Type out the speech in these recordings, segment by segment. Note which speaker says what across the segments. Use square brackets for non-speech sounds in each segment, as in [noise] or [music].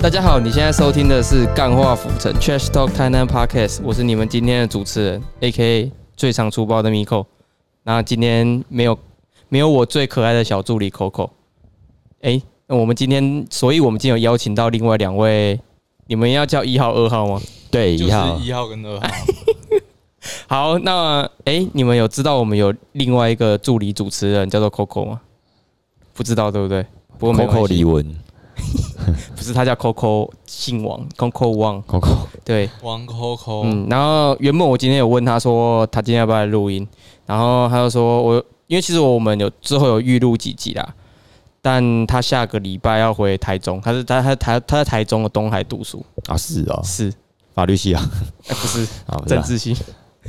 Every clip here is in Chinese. Speaker 1: 大家好，你现在收听的是《干话浮城 Trash Talk 台南 Podcast》，我是你们今天的主持人，A.K.A 最常出包的 Miko。那今天没有没有我最可爱的小助理 Coco。哎、那我们今天，所以我们今天有邀请到另外两位，你们要叫一号、二号吗？
Speaker 2: 对，
Speaker 3: 就
Speaker 2: 一
Speaker 3: 是
Speaker 2: 号，哎
Speaker 3: 一号跟二号，
Speaker 1: 好，那哎、你们有知道我们有另外一个助理主持人叫做 Coco 吗？不知道对不对？不过没
Speaker 2: Coco
Speaker 1: 关系
Speaker 2: 李玟
Speaker 1: 不是他叫 Coco 姓王，Coco Wang。
Speaker 2: ，Coco
Speaker 1: 对，
Speaker 3: 王 Coco，、
Speaker 1: 嗯，然后原本我今天有问他说他今天要不要来录音，然后他就说我因为其实我们有之后有预录几集啦，但他下个礼拜要回台中，他是他他他他在台中的东海读书，
Speaker 2: 啊，是哦，
Speaker 1: 是、
Speaker 2: 法律系啊，
Speaker 1: 哎不 [laughs] 是
Speaker 2: 啊，不是
Speaker 1: 政
Speaker 2: 啊
Speaker 1: 治系？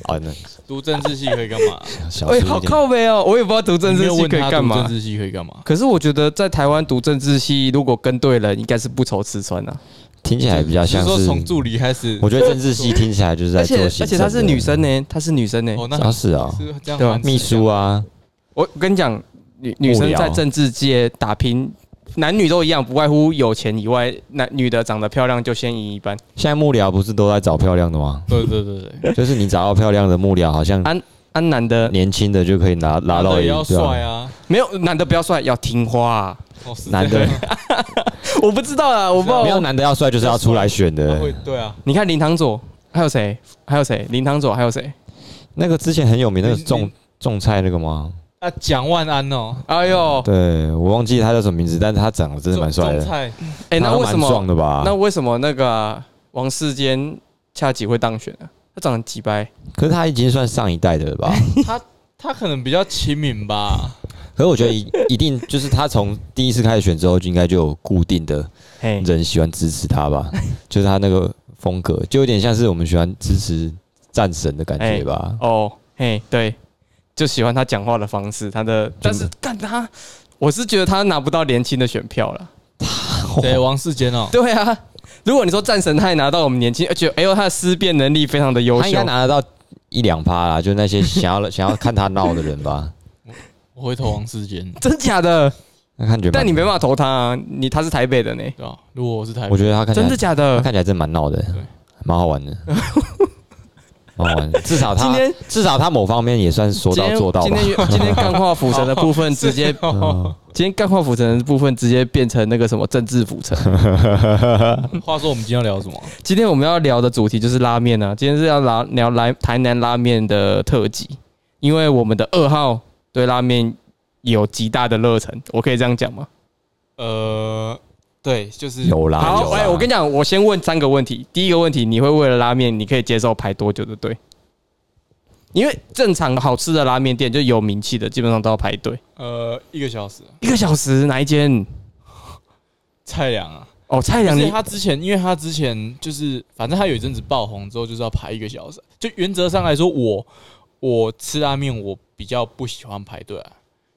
Speaker 2: 啊，那
Speaker 3: 读政治系可以干嘛？
Speaker 2: 小
Speaker 1: 哎、
Speaker 2: 声
Speaker 1: 好
Speaker 2: 一点，
Speaker 1: 靠背哦，我也不知道读政
Speaker 3: 你没
Speaker 1: 治
Speaker 3: 有
Speaker 1: 系
Speaker 3: 问
Speaker 1: 可以
Speaker 3: 他
Speaker 1: 干
Speaker 3: 读
Speaker 1: 嘛
Speaker 3: 政。治系可以干嘛？
Speaker 1: 可是我觉得在台湾读政治系，如果跟对人，应该是不愁吃穿啊。
Speaker 2: 听起来比较
Speaker 3: 你是
Speaker 2: 像
Speaker 3: 说
Speaker 2: 是，
Speaker 3: 从助理开始？
Speaker 2: 我觉得政治系听起来就是在
Speaker 1: 而
Speaker 2: 做
Speaker 1: 且
Speaker 2: 行
Speaker 1: 而且她是
Speaker 2: 政的
Speaker 1: 女生呢，她是女生呢。
Speaker 3: 哦，那
Speaker 2: 啊，是啊，
Speaker 3: 是这样
Speaker 1: 对啊
Speaker 3: 蛮
Speaker 2: 秘书啊，
Speaker 1: 我我跟你讲，女女生
Speaker 2: 无聊
Speaker 1: 在政治界打拼，男女都一样，不外乎有钱以外，男女的长得漂亮就先赢一半。
Speaker 2: 现在幕僚不是都在找漂亮的吗？
Speaker 3: 对对对对，
Speaker 2: 就是你找到漂亮的幕僚，好像
Speaker 1: 啊啊，男的
Speaker 2: 年轻的就可以拿拿
Speaker 3: 男
Speaker 2: 到
Speaker 3: 的
Speaker 2: 一
Speaker 3: 也要
Speaker 2: 对啊
Speaker 3: 帅啊，
Speaker 1: 没有，男的不要帅，要听话啊、
Speaker 3: 哦是
Speaker 2: 男
Speaker 3: 这
Speaker 2: 的
Speaker 3: 样
Speaker 1: [laughs] 我不知道啊，我不知道
Speaker 2: 没有
Speaker 1: 我。
Speaker 2: 男的要帅，就是要出来选
Speaker 3: 他 [laughs] 会
Speaker 2: 的。
Speaker 3: 对啊，
Speaker 1: 你看林堂佐，还有谁？还有谁？林堂佐还有谁？
Speaker 2: 那个之前很有名，那个
Speaker 3: 你
Speaker 2: 种
Speaker 3: 你
Speaker 2: 种菜那个吗？
Speaker 3: 啊蒋万安哦，
Speaker 1: 哎呦，
Speaker 2: 对我忘记他叫什么名字，但是他长得真的蛮帅
Speaker 3: 中
Speaker 2: 的，
Speaker 3: 菜
Speaker 1: 哎、那
Speaker 2: 他
Speaker 1: 为
Speaker 2: 蛮
Speaker 1: 什么
Speaker 2: 壮？的吧？
Speaker 1: 那为什么那个啊王世坚恰吉会当选啊？他长得几白？
Speaker 2: 可是他已经算上一代的了吧？
Speaker 3: 他可能比较亲民吧，
Speaker 2: 可是我觉得一一定就是他从第一次开始选之后，就应该就有固定的
Speaker 1: 嘿，
Speaker 2: 人喜欢支持他吧，就是他那个风格，就有点像是我们喜欢支持战神的感觉吧。
Speaker 1: 哦，嘿，对，就喜欢他讲话的方式，他的，但是干他，我是觉得他拿不到年轻的选票了。
Speaker 3: 对王世坚哦，
Speaker 1: [laughs] 对啊，如果你说战神他也拿到我们年轻，而且哎呦，他的思辨能力非常的优
Speaker 2: 他应该
Speaker 1: 秀。
Speaker 2: 拿得到一两趴啦，就那些想要 [laughs] 想要看他闹的人吧。
Speaker 3: 我会投王世坚，
Speaker 1: [laughs] 真假的？
Speaker 2: 那看起来蛮，
Speaker 1: 但你没办法投他啊，你他是台北的呢。
Speaker 3: 对啊，如果我是台
Speaker 2: 我觉得他看起
Speaker 1: 真的
Speaker 2: 来
Speaker 1: 假
Speaker 2: 他
Speaker 1: 的？
Speaker 2: 看起来真蛮闹的
Speaker 3: 对，
Speaker 2: 蛮
Speaker 1: [laughs]
Speaker 2: 好玩的，蛮好玩的。至少
Speaker 1: 今
Speaker 2: 他
Speaker 1: 天
Speaker 2: 至少他某方面也算说
Speaker 1: 今
Speaker 2: 到
Speaker 1: 天
Speaker 2: 做到
Speaker 1: 今
Speaker 2: 吧。
Speaker 1: 天今天干化浮城的部分直 [laughs] 接，
Speaker 2: 嗯
Speaker 1: 今天干化浮城的部分直接变成那个什么政治浮城。
Speaker 3: 话说我们今天要聊什么？
Speaker 1: 今天我们要聊的主题就是拉面啊，今天是要聊聊来台南拉面的特辑，因为我们的二号对拉面有极大的热忱，我可以这样讲吗？
Speaker 3: 呃，对，就是
Speaker 2: [laughs] 有啦，
Speaker 1: 好，
Speaker 2: 啊有啦
Speaker 1: 哎、我跟你讲，我先问三个问题。第一个问题，你会为了拉面，你可以接受排多久的队？因为正常好吃的拉面店，就有名气的，基本上都要排队
Speaker 3: 呃一个小时，
Speaker 1: 一个小时。哪一间？
Speaker 3: 菜良啊。
Speaker 1: 哦，菜
Speaker 3: 而
Speaker 1: 良
Speaker 3: 且
Speaker 1: 你
Speaker 3: 他之前，因为他之前就是，反正他有一阵子爆红之后，就是要排一个小时。就原则上来说，我我吃拉面，我比较不喜欢排队啊。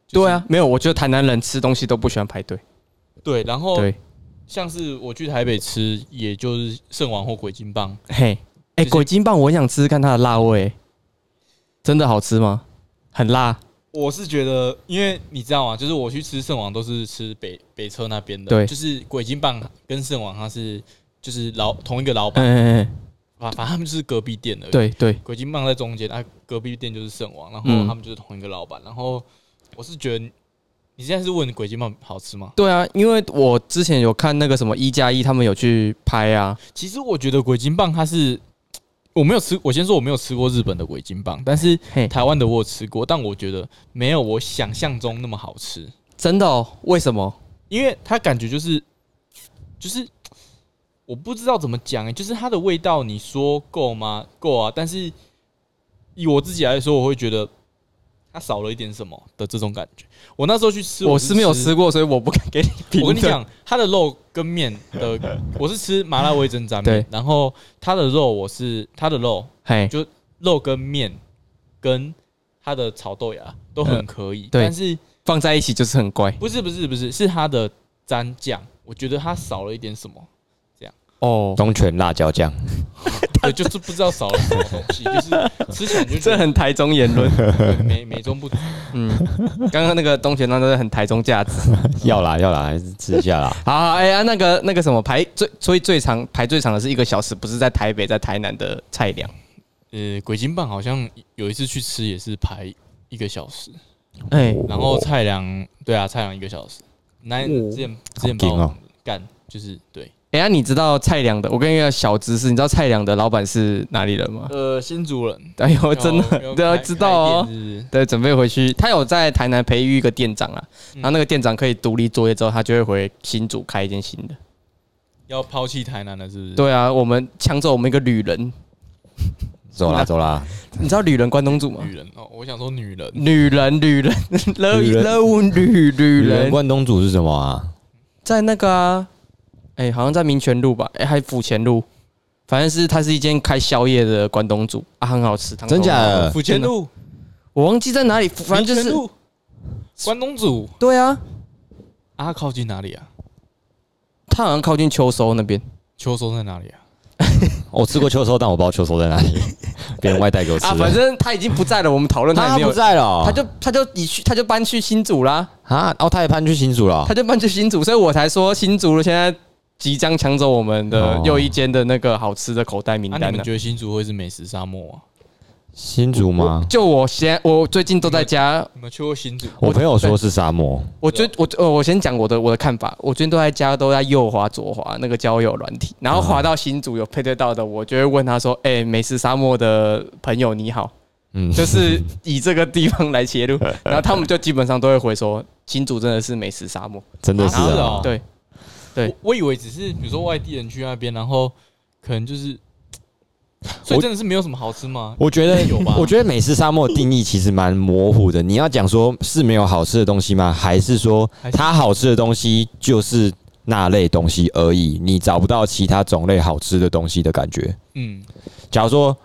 Speaker 3: 就是
Speaker 1: 对啊，，没有，我觉得台南人吃东西都不喜欢排队。
Speaker 3: 对。然
Speaker 2: 哦
Speaker 3: 后
Speaker 1: 对，
Speaker 3: 像是我去台北吃，也就是圣王或鬼金棒，
Speaker 1: 嘿，哎、
Speaker 3: 就是
Speaker 1: 鬼金棒，我很想吃吃看它的辣味，真的好吃吗？很辣，
Speaker 3: 我是觉得，因为你知道吗？就是我去吃圣王都是吃北北车那边的，
Speaker 1: 对
Speaker 3: 就是鬼金棒跟圣王它是就是老同一个老板，
Speaker 1: 嗯嗯嗯
Speaker 3: 反反正他们就是隔壁店的。
Speaker 1: 嗯，对对，
Speaker 3: 鬼金棒在中间，啊，隔壁店就是圣王，然后
Speaker 1: 嗯
Speaker 3: 他们就是同一个老板。然后我是觉得你，你现在是问鬼金棒好吃吗？
Speaker 1: 对啊，因为我之前有看那个什么一加一，他们有去拍啊，
Speaker 3: 其实我觉得鬼金棒它是我没有吃，我先说我没有吃过日本的鬼金棒，但是
Speaker 1: 嘿，
Speaker 3: 台湾的我有吃过，但我觉得没有我想象中那么好吃，
Speaker 1: 真的哦，为什么？
Speaker 3: 因为它感觉就是就是我不知道怎么讲、欸，就是它的味道，你说够吗？够啊，但是以我自己来说，我会觉得。它少了一点什么的这种感觉。我那时候去吃，
Speaker 1: 我
Speaker 3: 是
Speaker 1: 是没有
Speaker 3: 吃
Speaker 1: 吃过，所以我不敢给你评论。
Speaker 3: [laughs] 我跟你讲，它的肉跟面的，我是吃麻辣味增沾面
Speaker 1: 对，
Speaker 3: 然后它的肉我是它的肉
Speaker 1: 嘿，
Speaker 3: 肉跟面跟它的炒豆芽都很可以，
Speaker 1: 嗯对
Speaker 3: 但是
Speaker 1: 放在一起就是很怪。
Speaker 3: 不是不是不是是它的蘸酱，我觉得它少了一点什么，这样
Speaker 1: 哦，
Speaker 2: 东泉辣椒酱，
Speaker 3: 对，就是不知道少了什么东西，就是吃起来你就
Speaker 1: 这
Speaker 3: 觉
Speaker 1: 很台中言论。 [laughs]
Speaker 3: 得美美中不足。
Speaker 1: 嗯，刚刚那个东泉那真的很台中价值。 [laughs]
Speaker 2: [laughs] 要啦要啦，还是吃一下啦。
Speaker 1: 好，好哎、呀、那个那个什么排最所以最长排最长的是一个小时，不是在台北，在台南的菜鸟。
Speaker 3: 呃，鬼金棒好像有一次去吃也是排一个小时，
Speaker 1: 哎、
Speaker 3: 然后菜粮对啊，菜粮一个小时。那
Speaker 1: 哦
Speaker 3: 之前之
Speaker 2: 好
Speaker 3: 前帮
Speaker 2: 劲哦
Speaker 3: 我干就是对，
Speaker 1: 哎呀，你知道菜良的？我跟你个小知识，你知道菜良的老板是哪里人
Speaker 2: [laughs]
Speaker 1: 吗？
Speaker 3: 呃，新竹人，
Speaker 1: 哎
Speaker 2: 哦
Speaker 1: 呦，啊真的，对啊，知道哦。
Speaker 3: 哦，
Speaker 1: 对，准备回去，他有在台南培育一个店长啊，
Speaker 2: 嗯
Speaker 1: 然后那个店长可以独立作业之后，他就会回新竹开一间新
Speaker 2: 嗯
Speaker 1: 的。
Speaker 3: 要抛弃台南了是不是？
Speaker 1: 对啊，我们抢走我们一个旅
Speaker 2: 嗯
Speaker 1: 人，
Speaker 2: 走啦走啦，
Speaker 1: 你知道旅人关东煮吗？
Speaker 3: 女人哦，我想说女人，
Speaker 1: 女人，女人， [laughs] 乐
Speaker 2: 旅人
Speaker 1: 乐舞女
Speaker 2: 女
Speaker 1: 旅
Speaker 2: 人
Speaker 1: 人，
Speaker 2: 关东煮是什么啊？
Speaker 1: 在那个啊，哎、好像在民权路吧，哎、还府前路，反正是它是一间开宵夜的关东煮啊，很好吃。汤头
Speaker 2: 真假的
Speaker 1: 很好喝
Speaker 3: 府前路，
Speaker 1: 我忘记在哪里，呃反正就
Speaker 3: 民
Speaker 1: 是
Speaker 3: 权路关东煮
Speaker 1: 对啊，
Speaker 3: 啊，靠近哪里啊？
Speaker 1: 它好像靠近秋收那边。
Speaker 3: 秋收在哪里
Speaker 2: 哦
Speaker 3: 啊？
Speaker 2: 我吃过秋收，但我不知道秋收在哪里， [laughs] 别人外带给我吃
Speaker 1: 啊，
Speaker 2: 的。
Speaker 1: 反正他已经不在了，我们讨论他也
Speaker 2: 他
Speaker 1: 没
Speaker 2: 不
Speaker 1: 有，
Speaker 2: 在了哦，
Speaker 1: 他就他就移去，他就搬去新竹啦，
Speaker 2: 啊，哦，他也搬去新竹了哦
Speaker 1: 他，就搬去新竹，所以我才说新竹现在即将抢走我们的
Speaker 2: 哦
Speaker 1: 又一间的那个好吃的口袋名
Speaker 3: 啊，
Speaker 1: 单
Speaker 3: 你
Speaker 1: 了
Speaker 3: 们。觉得新竹会是美食沙漠啊？
Speaker 2: 新竹
Speaker 1: 我
Speaker 2: 吗？
Speaker 1: 就我先，我最近都在家。
Speaker 3: 你们去过新竹？
Speaker 2: 我朋友说是沙漠，
Speaker 1: 我最我呃，我先讲我的我的看法。我最近都在家，都在右滑左滑那个交友软体，然后滑到新竹有配对到的，我就会问他说：“哎、美食沙漠的朋友你好，
Speaker 2: 嗯，
Speaker 1: 就是以这个地方来切入，然后他们就基本上都会回说，新竹真的是美食沙漠。
Speaker 2: 真的是
Speaker 3: 啊是
Speaker 2: 啊
Speaker 3: 哦，
Speaker 1: 对，对
Speaker 3: 我我以为只是比如说外地人去那边，然后可能就是，所以真的是没有什么好吃吗？
Speaker 2: 我觉得
Speaker 3: 有吧
Speaker 2: 我觉得美食沙漠的定义其实蛮模糊的。你要讲说是没有好吃的东西吗？还是说
Speaker 3: 还是
Speaker 2: 它好吃的东西就是那类东西而已？你找不到其他种类好吃的东西的感觉？
Speaker 3: 嗯，
Speaker 2: 假如说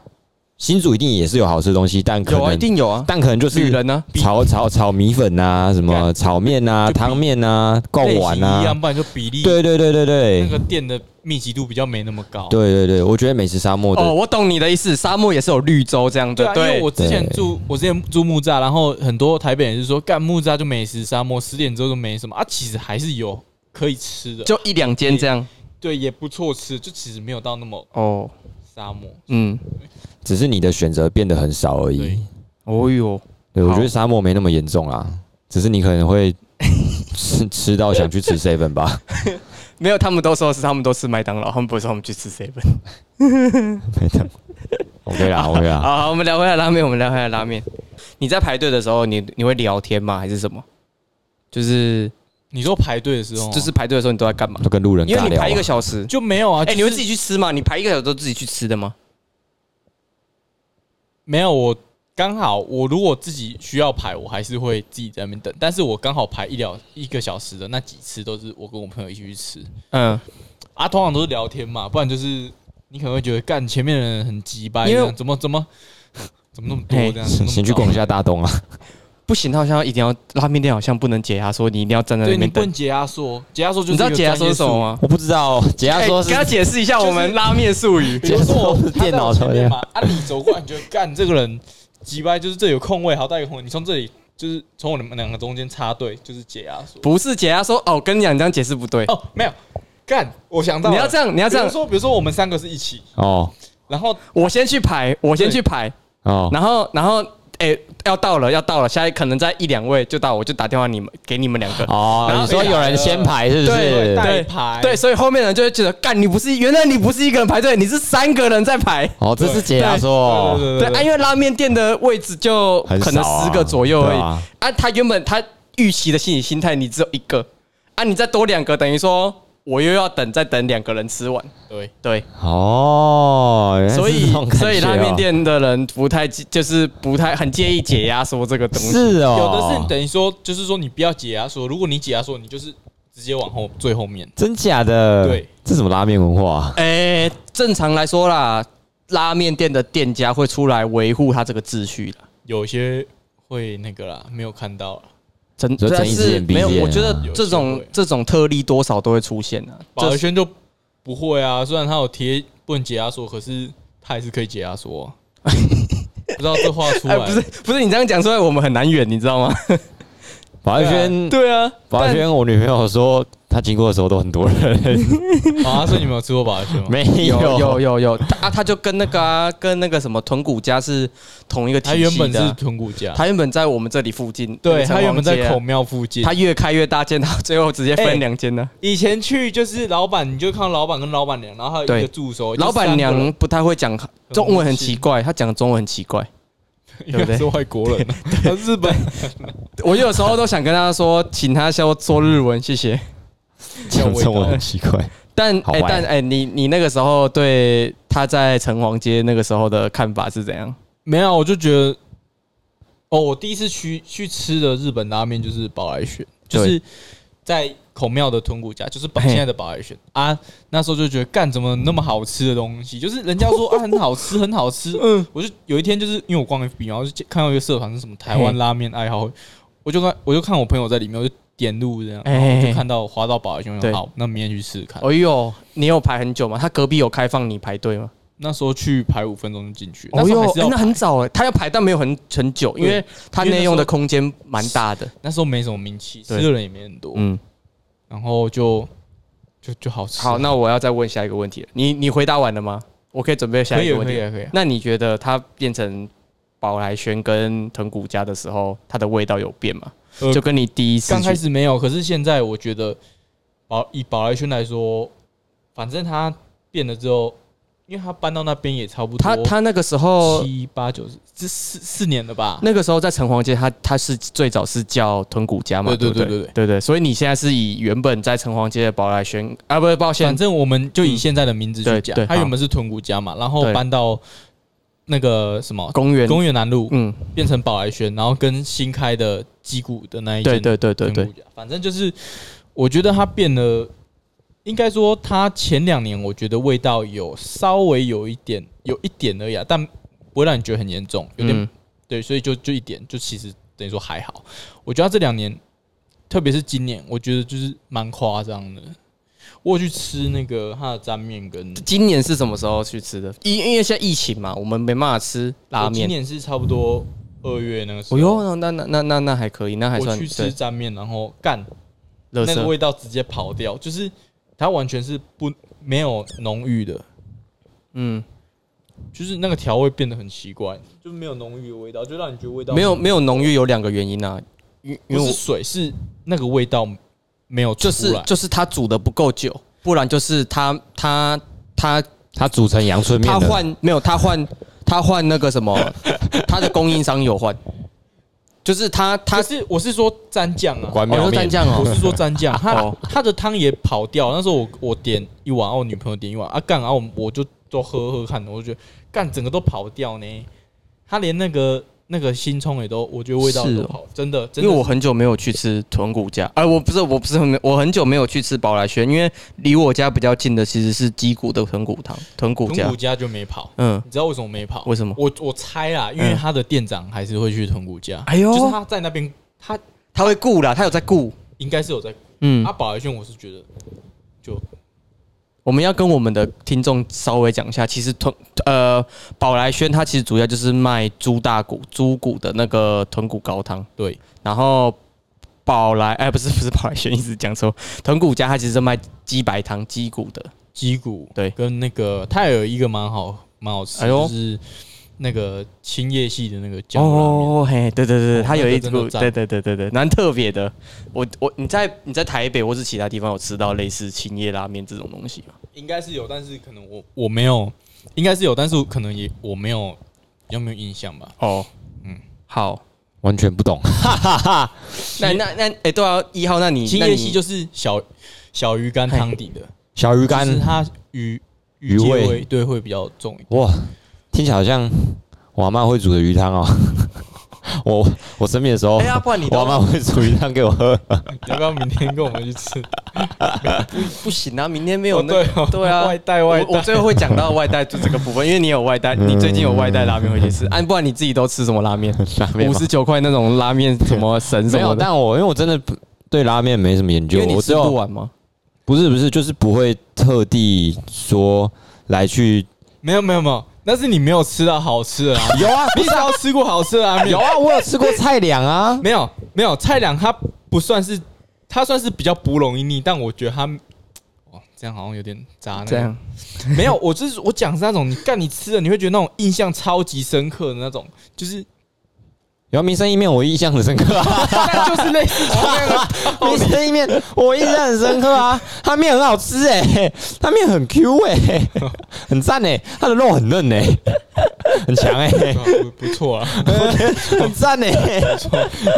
Speaker 2: 新竹一定也是有好吃的东西，但可
Speaker 1: 有啊，一
Speaker 2: 能
Speaker 1: 定有啊。
Speaker 2: 但可能就
Speaker 1: 旅
Speaker 2: 是
Speaker 1: 人呢、
Speaker 2: 炒炒炒米
Speaker 1: [laughs]
Speaker 2: 粉啊，什么
Speaker 3: 干
Speaker 2: 炒面啊、
Speaker 3: 就比
Speaker 2: 汤面啊、贡
Speaker 3: 类
Speaker 2: 丸
Speaker 3: 型一
Speaker 2: 啊，
Speaker 3: 样，不然就比例
Speaker 2: 对对对对对
Speaker 3: 那个店的密集度比较没那么高。
Speaker 2: 对啊对对，我觉得美食沙漠
Speaker 1: 哦，
Speaker 2: 的
Speaker 1: 我懂你的意思，沙漠也是有绿洲这样
Speaker 3: 对
Speaker 1: 的，
Speaker 3: 啊，因为
Speaker 1: 对
Speaker 3: 我之前住我之前住木栅，然后很多台北人是说干木栅就美食沙漠，十点之后就没什么啊，其实还是有可以吃的，
Speaker 1: 就一两间这样。
Speaker 3: 对，也不错吃，就其实没有到那么
Speaker 1: 哦，
Speaker 3: 沙漠。
Speaker 1: 嗯，
Speaker 2: 只是你的选择变得很少而已
Speaker 3: 对。
Speaker 1: 哦哟，
Speaker 2: 对，我
Speaker 1: 好
Speaker 2: 觉得沙漠没那么严重啦，只是你可能会吃 [laughs] 吃到想去吃 seven 吧。 [laughs]
Speaker 1: 没有，他们都说是他们都吃麦当劳，他们不是说我们去吃 seven。
Speaker 2: OK
Speaker 1: [laughs]
Speaker 2: 啦，OK 啦。
Speaker 1: 好，好我们聊回来拉面，我们聊回来拉面。你在排队的时候，你你会聊天吗？还是什么？就是
Speaker 3: 你说排队的时候啊，
Speaker 1: 就是排队的时候，你都在干嘛？
Speaker 2: 就跟路人
Speaker 1: 因为
Speaker 2: 尬
Speaker 1: 你
Speaker 2: 聊
Speaker 1: 排一个
Speaker 2: 啊，
Speaker 1: 小时，
Speaker 3: 就没有啊？
Speaker 1: 哎，
Speaker 3: 就是
Speaker 1: 你会自己去吃吗？你排一个小时都自己去吃的吗？
Speaker 3: 没有，我刚好我如果自己需要排，我还是会自己在那边等。但是我刚好排一两一个小时的那几次，都是我跟我朋友一起去吃
Speaker 1: 嗯，
Speaker 3: 啊，通常都是聊天嘛，不然就是你可能会觉得干前面的人很鸡掰，
Speaker 1: 因为
Speaker 3: 这样怎么怎么 [laughs] 怎么那么
Speaker 1: 哎
Speaker 3: 多这
Speaker 2: [laughs]
Speaker 3: 样，
Speaker 2: 先先去逛一下大东啊。
Speaker 1: [laughs] 不行，他好像一定要拉面店好像不能解压缩，你一定要站在
Speaker 3: 对
Speaker 1: 那边
Speaker 3: 你不
Speaker 1: 等
Speaker 3: 能。解压缩，解压缩就是
Speaker 1: 你知道解压
Speaker 3: 缩
Speaker 1: 缩是什么？吗？
Speaker 2: 我不知道，解压说
Speaker 1: 哎
Speaker 2: 是
Speaker 1: 跟他解释一下我们拉面术语。
Speaker 3: 比如说
Speaker 2: 解压
Speaker 3: 我
Speaker 2: 缩是电脑
Speaker 3: 他在
Speaker 2: 抽
Speaker 3: 我前面
Speaker 2: 的
Speaker 3: 嘛，啊，你走过来你就干这个人鸡掰，就是这有空位，好歹有空位，你从这里就是从我们两个中间插队，就是解压缩。
Speaker 1: 不是解压缩哦，我跟你讲，你这样解释不对。
Speaker 3: 哦，没有，干，我想到
Speaker 1: 你
Speaker 3: 了
Speaker 1: 要这样，你要这
Speaker 3: 比
Speaker 1: 样
Speaker 3: 如，说，比如说我们三个是一起，
Speaker 2: 哦
Speaker 3: 然后
Speaker 1: 我先去排，我先去排，
Speaker 2: 哦，
Speaker 1: 然后然后哎、要到了要到了，下一可能在一两位就到，我就打电话你们给你们两个。然
Speaker 2: 哦，
Speaker 1: [laughs] 后
Speaker 2: 你说有人先排是不
Speaker 1: 对
Speaker 2: 是？
Speaker 3: 带牌，
Speaker 1: 对，，所以后面人就会觉得，干你不是原来你不是一个人排队，你是三个人在排。
Speaker 2: 哦，这是解压说，
Speaker 3: 对
Speaker 1: 对，啊，因为拉面店的位置就
Speaker 2: 很
Speaker 1: 可能
Speaker 2: 少啊
Speaker 1: 十个左右而已。
Speaker 2: 对啊
Speaker 1: 啊，他原本他预期的心理心态，你只有一个，啊，你再多两个，等于说我又要等再等两个人吃完。
Speaker 3: 对，
Speaker 1: 对，
Speaker 2: 哦，原来
Speaker 1: 所
Speaker 2: 是
Speaker 1: 以
Speaker 2: 这种感觉哦
Speaker 1: 所以拉面店的人不太介就是不太很介意解压缩这个东西。
Speaker 2: 是哦，
Speaker 3: 有的是你等于说，就是说你不要解压缩，如果你解压缩，你就是直接往后最后面。
Speaker 2: 真假的，
Speaker 3: 对，
Speaker 2: 这什么拉面文化啊？
Speaker 1: 诶、哎正常来说啦，拉面店的店家会出来维护他这个秩序啦。
Speaker 3: 有些会那个啦，没有看到啦，
Speaker 1: 真
Speaker 2: 就睁
Speaker 1: 但
Speaker 2: 一只
Speaker 1: 是
Speaker 2: 眼闭一啊
Speaker 1: 没有，
Speaker 2: 只眼
Speaker 1: 我觉得
Speaker 2: 啊
Speaker 1: 这
Speaker 3: 有
Speaker 1: 种
Speaker 3: 些会
Speaker 1: 这种特例多少都会出现啊。
Speaker 3: 保
Speaker 1: 这
Speaker 3: 尔轩就不不会啊，虽然他有贴不能解压缩，可是他还是可以解压缩、
Speaker 1: [laughs]
Speaker 3: 啊。不知道这话出来、
Speaker 1: 哎，不是不是，你这样讲出来，我们很难远，你知道吗？ [laughs]
Speaker 2: 法律圈，
Speaker 1: 对啊，
Speaker 2: 法律
Speaker 1: 但
Speaker 2: 圈，我女朋友说她经过的时候都很
Speaker 1: [laughs]
Speaker 2: 多人，
Speaker 3: 啊，所以你们有吃过八圈吗？
Speaker 2: 没
Speaker 1: 有有有有，他他就跟那个啊，跟那个什么豚骨家是同一个
Speaker 3: 他
Speaker 1: 体
Speaker 3: 原
Speaker 1: 系
Speaker 3: 本
Speaker 1: 的
Speaker 3: 是
Speaker 1: 啊。
Speaker 3: 豚骨架，
Speaker 1: 他原本在我们这里附近，那
Speaker 3: 对
Speaker 1: 个城
Speaker 3: 他原本
Speaker 1: 隍街
Speaker 3: 在
Speaker 1: 啊
Speaker 3: 孔庙附近。
Speaker 1: 他越开越大间，到最后直接
Speaker 3: 哎
Speaker 1: 分两间了。
Speaker 3: 以前去就是老板，你就看到老板跟老板娘，然后还有一
Speaker 1: 对
Speaker 3: 个助手。就
Speaker 1: 老板
Speaker 3: 三个人
Speaker 1: 娘不太会讲中文，很奇怪，她讲中文很奇怪。
Speaker 3: 因 [laughs]
Speaker 1: 对
Speaker 3: 为
Speaker 1: 不对
Speaker 3: 是外国人啊，他日本
Speaker 1: 我有时候都想跟她说，请她教我说日文，谢谢。
Speaker 2: 讲中文很奇怪。
Speaker 1: 但
Speaker 2: 好
Speaker 1: 哎、
Speaker 2: 玩
Speaker 1: 但哎、你你那个时候对她在城隍街那个时候的看法是怎样？
Speaker 3: 没有，我就觉得，哦，我第一次去去吃的日本拉面就是宝来轩，就
Speaker 1: 对
Speaker 3: 是在孔庙的豚骨家，就是宝
Speaker 1: 嘿
Speaker 3: 现在的宝来轩啊。那时候就觉得，干怎么那么好吃的东西？就是人家说啊很好吃，很好吃。嗯，我就有一天就是因为我逛 FB，然后就看到一个社团是什么台湾
Speaker 1: 嘿
Speaker 3: 拉面爱好会，我就看我就看我朋友在里面，我就点入这样，
Speaker 1: 哎
Speaker 3: 然后我
Speaker 1: 嘿
Speaker 3: 就
Speaker 1: 嘿
Speaker 3: 看到滑到宝来轩，我就
Speaker 1: 对
Speaker 3: 好，那明天去试试看。
Speaker 1: 哎呦，你有排很久吗？她隔壁有开放你排队吗？
Speaker 3: 那时候去排五分钟就进去，那
Speaker 1: 哦
Speaker 3: 时候
Speaker 1: 哟，
Speaker 3: 还是
Speaker 1: 哎
Speaker 3: 要
Speaker 1: 那
Speaker 3: 排
Speaker 1: 很早哎、她要排但没有很很久，因为她内用的空间蛮大的。
Speaker 3: 那时候没什么名气，吃
Speaker 1: 对
Speaker 3: 的人也没很多。
Speaker 1: 嗯，
Speaker 3: 然后就就就好吃。
Speaker 1: 好，那我要再问下一个问题了。你你回答完了吗？我可以准备下
Speaker 3: 可
Speaker 1: 一
Speaker 3: 以
Speaker 1: 个
Speaker 3: 了
Speaker 1: 问
Speaker 3: 可
Speaker 1: 题
Speaker 3: 以。啊了可以了。
Speaker 1: 那你觉得它变成宝来轩跟豚骨家的时候，它的味道有变吗？
Speaker 3: 呃
Speaker 1: 就跟你第一次
Speaker 3: 刚开
Speaker 1: 去，
Speaker 3: 始没有，可是现在我觉得宝以宝来轩来说，反正它变了之后，因为它搬到那边也差不多
Speaker 1: 他他那个时候，
Speaker 3: 七八九十这四四年了吧？
Speaker 1: 哦那个时候在城隍街，他他是最早是叫豚骨家嘛，
Speaker 3: 对对
Speaker 1: 对不
Speaker 3: 对对对
Speaker 1: 对对，所以你现在是以原本在城隍街的宝来轩啊，不是抱
Speaker 3: 反
Speaker 1: 歉，
Speaker 3: 正我们就以现在的名字去
Speaker 1: 对
Speaker 3: 讲，
Speaker 1: 嗯对
Speaker 3: 它
Speaker 1: 好
Speaker 3: 原本是豚骨家嘛，然后
Speaker 1: 对
Speaker 3: 搬到那个什么
Speaker 1: 公园，
Speaker 3: 公园南路，
Speaker 1: 嗯，
Speaker 3: 变成宝来轩，然后跟新开的鸡骨的那一间
Speaker 1: 对对对对对
Speaker 3: 豚，骨甲反正就是我觉得它变了，应该说它前两年我觉得味道有稍微有一点，有一点而已啊，但不会让你觉得很严重，有点、
Speaker 1: 嗯
Speaker 3: 对，所以就就一点，就其实等于说还好。我觉得它这两年，特别是今年，我觉得就是蛮夸张的。我有去吃那个它的沾面跟
Speaker 1: 今年是什么时候去吃的？因因为现在疫情嘛，我们没办法吃拉
Speaker 3: 我今
Speaker 1: 面。
Speaker 3: 年是差不多二月那个时
Speaker 1: 哦
Speaker 3: 候，
Speaker 1: 哟，那那那那那还可以，那还
Speaker 3: 我
Speaker 1: 算
Speaker 3: 去吃
Speaker 1: 对，
Speaker 3: 沾面，然后干
Speaker 1: 乐
Speaker 3: 那个
Speaker 1: 色
Speaker 3: 味道直接跑掉，就是它完全是不没有浓郁的，
Speaker 1: 嗯，
Speaker 3: 就是那个调味变得很奇怪，就没有浓郁的味道，就让你觉得味道
Speaker 1: 没有没有浓郁有两个原因啊，因因
Speaker 3: 不
Speaker 1: 为我
Speaker 3: 是水，是那个味道没有出
Speaker 1: 就是
Speaker 3: 来。
Speaker 1: 就是它煮的不够久，不然就是它它它
Speaker 2: 她煮成阳春面
Speaker 1: 它
Speaker 2: 的，
Speaker 1: 换没有它换它换那个什么，它的供应商有换，就是它它
Speaker 3: 它是我是说沾酱啊，
Speaker 2: 关
Speaker 1: 哦
Speaker 2: 庙
Speaker 1: 是
Speaker 2: 面
Speaker 1: 蘸，酱
Speaker 3: [laughs] 我
Speaker 1: 哦，
Speaker 3: 是说蘸酱，它
Speaker 1: 哦
Speaker 3: 它的汤也跑掉。那时候我我点一碗，然后我女朋友点一碗，啊干，然后我我就都喝喝看，我就觉得干整个都跑掉呢。它连那个那个新葱也都，我觉得味道
Speaker 1: 是
Speaker 3: 都
Speaker 1: 哦
Speaker 3: 跑，真的真
Speaker 1: 因为
Speaker 3: 的是
Speaker 1: 我很久没有去吃豚骨家，哎、我不是我不是很我很久没有去吃宝来轩，因为离我家比较近的其实是鸡骨的豚骨汤豚骨
Speaker 3: 豚
Speaker 1: 家
Speaker 3: 骨，家就没跑。
Speaker 1: 嗯，
Speaker 3: 你知道为什么没跑？
Speaker 1: 为什么？嗯
Speaker 3: 我我猜啦，因为他的店长还是会去豚骨家，
Speaker 1: 哎呦
Speaker 3: 就是他在那边，他
Speaker 1: 他会顾啦，他有在顾，
Speaker 3: 应该是有在。
Speaker 1: 嗯，
Speaker 3: 阿宝来轩，我是觉得就
Speaker 1: 我们要跟我们的听众稍微讲一下，其实豚呃宝来轩它其实主要就是卖猪大骨、猪骨的那个豚骨高汤，
Speaker 3: 对，
Speaker 1: 然后宝来哎不是不是宝来轩，一直讲错，豚骨家它其实是卖鸡白汤、鸡骨的，
Speaker 3: 鸡骨
Speaker 1: 对
Speaker 3: 跟那个泰尔一个蛮好蛮好吃，
Speaker 1: 哎呦
Speaker 3: 就是那个青叶系的那个酱拉面，
Speaker 1: 哦嘿，对对对，
Speaker 3: 哦
Speaker 1: 它有一
Speaker 3: 那个真
Speaker 1: 股
Speaker 3: 的赞
Speaker 1: 对对对对对，蛮特别的。我我你在你在台北或是其他地方有吃到类似青叶拉面这种东西吗？
Speaker 3: 应该是有，但是可能我我没有，应该是有，但是可能也我没有，有没有印象吧？
Speaker 1: 哦，
Speaker 3: 嗯
Speaker 1: 嗯，好，
Speaker 2: 完全不懂。
Speaker 1: 那那那哎对啊，一号，那你
Speaker 3: 青
Speaker 1: 那
Speaker 3: 叶
Speaker 1: 你
Speaker 3: 系就是小小鱼干汤底的，
Speaker 2: 小鱼
Speaker 3: 但
Speaker 2: 干
Speaker 3: 是，它鱼
Speaker 2: 鱼
Speaker 3: 介
Speaker 2: 味
Speaker 3: 对会比较重一点。
Speaker 2: 哇，听起来好像我阿妈会煮的鱼汤哦。 [laughs] 我我生病的时候
Speaker 1: 哎，呀，不然你
Speaker 2: 我
Speaker 1: 都
Speaker 2: 阿妈会煮鱼汤给我喝。
Speaker 3: 要不要明天跟我们去吃？
Speaker 1: 不行啊，明天 [laughs] 没
Speaker 3: 没
Speaker 1: 有那
Speaker 3: 对
Speaker 1: 个
Speaker 3: 哦
Speaker 1: 对啊
Speaker 3: 外带外
Speaker 1: 我我
Speaker 3: 带。
Speaker 1: 最后会讲到外带就这个部分，因为你有外带，你最近有外带拉面回去吃，啊，不然你自己都吃什么拉面？
Speaker 2: 拉面
Speaker 1: 五
Speaker 2: 吗
Speaker 1: 十九块那种拉面，什么神什
Speaker 2: [laughs] 没
Speaker 1: 么
Speaker 2: 有，
Speaker 1: 的，
Speaker 2: 但我因为我真的不对拉面没什么研
Speaker 1: 因
Speaker 2: 究
Speaker 1: 为，你
Speaker 2: 我只
Speaker 1: 吃不
Speaker 2: 有
Speaker 1: 完吗？
Speaker 2: 不是不是，就是不会特地说来去
Speaker 3: 没有没有没有，那是你没有吃到
Speaker 1: [laughs]
Speaker 3: 好吃的啊！
Speaker 2: [laughs] 有啊，
Speaker 3: 你只要吃过好吃的啊，没
Speaker 2: 有
Speaker 3: 有
Speaker 2: 啊，我有吃过菜粮啊，
Speaker 3: 没有没有菜两它不算是，它算是比较不容易腻，但我觉得它，哦，这样好像有点渣男。
Speaker 1: 这样
Speaker 3: 没有，我就是我讲是那种你干你吃了，你会觉得那种印象超级深刻的那种，就是
Speaker 2: [laughs] 有啊民生意面，我印象很深 [laughs] 刻啊，
Speaker 3: 但就是类
Speaker 1: [laughs]
Speaker 3: 似那个
Speaker 2: 民生意面我印象很深刻啊，它面很好吃哎、它面很 Q 哎、很赞哎、它的肉很嫩哎、很强哎、
Speaker 3: 不不错啊，
Speaker 2: 很赞哎、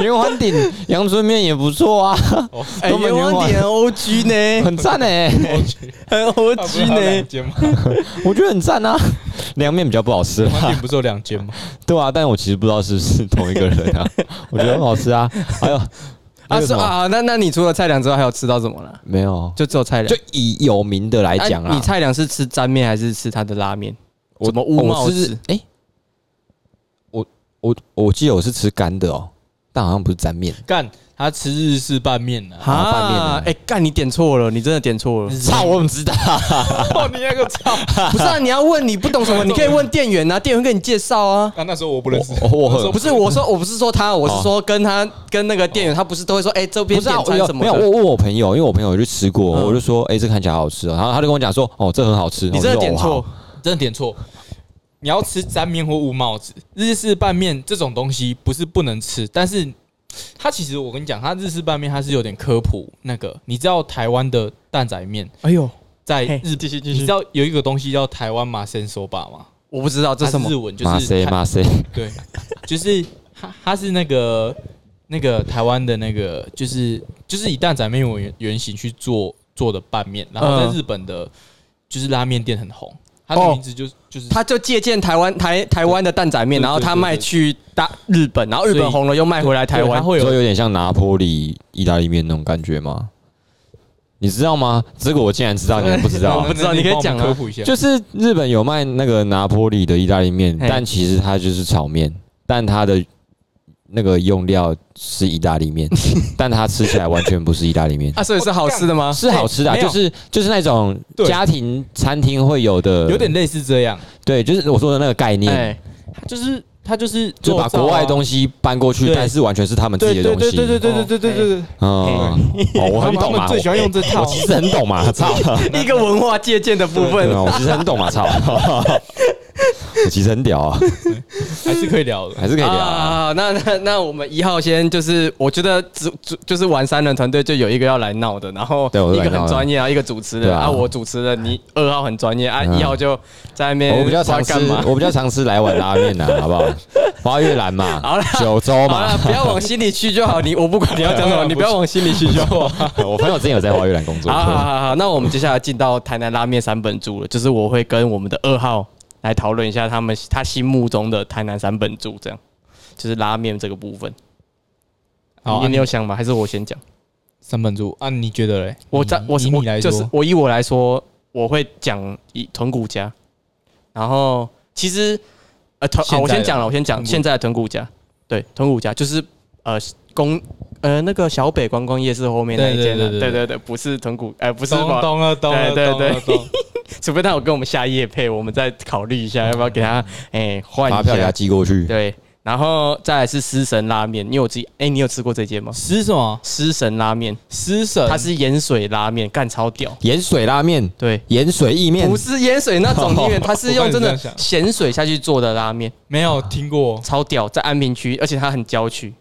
Speaker 2: 圆环顶阳春面也不错啊，
Speaker 3: [laughs] 哦，
Speaker 1: 哎，
Speaker 2: 都没
Speaker 1: 有
Speaker 2: 玩完
Speaker 1: 点 O G 呢， [laughs]
Speaker 2: 很赞哎、
Speaker 3: 我去，
Speaker 1: 很 O
Speaker 3: 他不
Speaker 1: G
Speaker 3: 是还有两
Speaker 1: 呢。[laughs]
Speaker 3: 间吗？
Speaker 2: 我觉得很赞啊，凉面比较不好
Speaker 3: [laughs]
Speaker 2: 吃啦
Speaker 3: 饭店不是有两间吗？
Speaker 2: 对啊，但我其实不知道是不是同一个人啊，我觉得很好吃啊。还有那
Speaker 1: 啊
Speaker 2: 个
Speaker 1: 是
Speaker 2: 什么，
Speaker 1: 啊，那那你除了菜粮之后还有吃到什么了？
Speaker 2: 没有，
Speaker 1: 就只有菜粮
Speaker 2: 就。以有名的来讲
Speaker 1: 啊
Speaker 2: 啊
Speaker 1: 你，菜粮是吃沾面还是吃它的拉面？
Speaker 2: 我
Speaker 1: 怎么乌帽
Speaker 2: 我是
Speaker 1: 子？
Speaker 2: 哎，我我我记得我是吃干的哦，但好像不是沾面。
Speaker 3: 干，他吃日式拌面
Speaker 1: [laughs]
Speaker 3: 呢、啊。
Speaker 2: 啊拌面啊
Speaker 1: 哎，干你点错了，你真的点 [laughs] 错了。
Speaker 2: 操，我怎么知道？
Speaker 3: 哦，你那个操！
Speaker 1: 不是啊，你要问你不懂什么，你可以问店员啊，店员跟你介绍啊。
Speaker 3: 啊，那时候我不认识，
Speaker 2: 我我
Speaker 3: 那时候
Speaker 1: 不是我说，我不是说他，我是说跟他跟那个店员，他不是都会说，哎，这边
Speaker 2: 哦不是啊
Speaker 1: 点，餐
Speaker 2: 我
Speaker 1: 什么
Speaker 2: 没有，
Speaker 1: 的
Speaker 2: 我。问我朋友，因为我朋友就吃过，
Speaker 1: 嗯
Speaker 2: 我就说，哎，这看起来好吃哦。然后他就跟我讲说，哦，这很好吃。
Speaker 1: 你真的点
Speaker 2: 我
Speaker 1: 错
Speaker 2: 就说，，
Speaker 3: 真的点错。你要吃沾面或雾帽子，日式拌面这种东西不是不能吃，但是它其实我跟你讲，它日式拌面它是有点科普。那个你知道台湾的蛋仔面
Speaker 1: 哎呦，
Speaker 3: 在
Speaker 1: 嘿
Speaker 3: 日，你知道有一个东西叫台湾马先手把吗？
Speaker 1: 我不知道这
Speaker 3: 它
Speaker 1: 是什么
Speaker 3: 日。文
Speaker 2: 马
Speaker 3: 就是
Speaker 2: 塞
Speaker 3: 台
Speaker 2: 马塞，
Speaker 3: 对， [laughs] 就是它它是那个那个台湾的那个就是就是以蛋仔面为原原型去做做的拌面，然后在
Speaker 1: 嗯
Speaker 3: 日本的就是拉面店很红，它的
Speaker 1: 哦
Speaker 3: 名字就就是
Speaker 1: 他就借鉴台湾台台湾的蛋仔面，
Speaker 3: 对
Speaker 1: 然后他
Speaker 3: 对对
Speaker 1: 卖
Speaker 3: 对
Speaker 1: 去大日本，然后日
Speaker 3: 所
Speaker 1: 本
Speaker 3: 以
Speaker 1: 红了又卖回来台
Speaker 3: 对它
Speaker 1: 湾。
Speaker 3: 会有
Speaker 2: 说有点像拿坡里意大利面那种感觉吗？你知道吗？这个我竟然知道，你还不知道
Speaker 1: 我
Speaker 3: [laughs]
Speaker 2: 啊？
Speaker 1: 不知道你可以讲啊
Speaker 3: 帮我们科普一下。
Speaker 2: 就是日本有卖那个拿坡里的意大利面，
Speaker 1: 嘿
Speaker 2: 但其实它就是炒面，但它的那个用料是意大利
Speaker 3: [laughs]
Speaker 2: 面，但它吃起来完全不是意大利面，
Speaker 1: 啊，所以是好吃的吗？
Speaker 2: 是好吃的啊、
Speaker 3: 哎没有
Speaker 2: 就是就是那种
Speaker 3: 对
Speaker 2: 家庭餐厅会有的，
Speaker 3: 有点类似这样，
Speaker 2: 对，就是我说的那个概念，
Speaker 1: 哎，
Speaker 3: 它就是它就是
Speaker 2: 就把国外的东
Speaker 3: 西，
Speaker 2: 西搬过去，
Speaker 3: 啊对
Speaker 2: 但是完全是他们自
Speaker 3: 对
Speaker 2: 己
Speaker 3: 对
Speaker 2: 的
Speaker 3: 对
Speaker 2: 东西，
Speaker 3: 对对对对对对对对，
Speaker 2: 嗯，哦，我很
Speaker 3: 他
Speaker 2: 懂
Speaker 3: 们
Speaker 2: 啊，
Speaker 3: 最喜欢用这
Speaker 2: 我
Speaker 3: 套
Speaker 2: [laughs] 我，其实很懂嘛，操。
Speaker 1: 一个文化借鉴的部
Speaker 2: 对
Speaker 1: 分。
Speaker 2: 啊，我其实很懂嘛，
Speaker 1: [laughs]
Speaker 2: 操！我其实很屌啊，
Speaker 3: 还是可以聊的。
Speaker 2: 还是可以聊啊。
Speaker 1: 啊，那那那我们一号先就是，我觉得主主就是玩三人团队就有一个要来闹的，然后
Speaker 2: 对我是
Speaker 1: 一
Speaker 2: 来
Speaker 1: 个
Speaker 2: 闹
Speaker 1: 很
Speaker 2: 的
Speaker 1: 专业啊，一个主持人
Speaker 2: 对啊
Speaker 1: 啊，我主持人，你二号很专业啊，
Speaker 2: 嗯
Speaker 1: 一号就在那边
Speaker 2: 我比
Speaker 1: 不知
Speaker 2: 较
Speaker 1: 道
Speaker 2: 常吃
Speaker 1: 干嘛，。
Speaker 2: 我比较常吃来碗拉面啊呐，好不好？花月兰嘛
Speaker 1: [laughs] 好啦，
Speaker 2: 九州
Speaker 1: 好了
Speaker 2: 嘛，。
Speaker 1: 不要往心里去就好，你我不管你要讲
Speaker 3: [laughs]
Speaker 1: 什么，你不要往心里去就好。
Speaker 2: [laughs] 我朋友之前有在花月兰工作
Speaker 1: 好好
Speaker 2: 过，
Speaker 1: 好好，那我们接下来进到台南拉面三本柱了，就是我会跟我们的二号来讨论一下他们他心目中的台南三本柱，这样就是拉面这个部分。
Speaker 3: 好
Speaker 1: 你
Speaker 3: 啊
Speaker 1: 你有想吗？还是我先讲？
Speaker 3: 三本柱啊，你觉得嘞？
Speaker 1: 我在
Speaker 3: 你
Speaker 1: 我
Speaker 3: 以
Speaker 1: 是
Speaker 3: 你来
Speaker 1: 我
Speaker 3: 说，
Speaker 1: 就是我以我来说，我会讲以豚骨家，然后其实呃豚好，我
Speaker 3: 现在
Speaker 1: 先
Speaker 3: 的
Speaker 1: 讲了，我先讲
Speaker 3: 豚骨
Speaker 1: 现在的豚骨家，对豚骨家就是呃公呃那个小北观光夜市后面那一间的，对
Speaker 3: 对对对对
Speaker 1: 对对，不是豚骨，呃不是
Speaker 3: 咚
Speaker 1: 吧？
Speaker 3: 咚啊咚啊
Speaker 1: 对对
Speaker 3: 咚啊
Speaker 1: 对
Speaker 3: 咚，
Speaker 1: 除非他有跟我们下夜配，我们再考虑一
Speaker 3: 嗯
Speaker 1: 下要不要给他哎换
Speaker 2: 发
Speaker 1: 一
Speaker 2: 票给他
Speaker 1: 下，
Speaker 2: 寄过去。
Speaker 1: 对，然后再来是狮神拉面，因为我自己哎，你有吃过这间吗？
Speaker 3: 食什么？
Speaker 1: 狮神拉面，
Speaker 3: 食神？
Speaker 1: 它是盐水拉面，干超屌，
Speaker 2: 盐水拉面，
Speaker 1: 对。
Speaker 2: 盐水意面
Speaker 1: 不，是盐水那种拉面，它哦是用真
Speaker 3: 我
Speaker 1: 的
Speaker 3: 刚才这样想
Speaker 1: 咸水下去做的拉面，
Speaker 3: 没有听过
Speaker 1: 超屌，在安平区，而且它很郊区。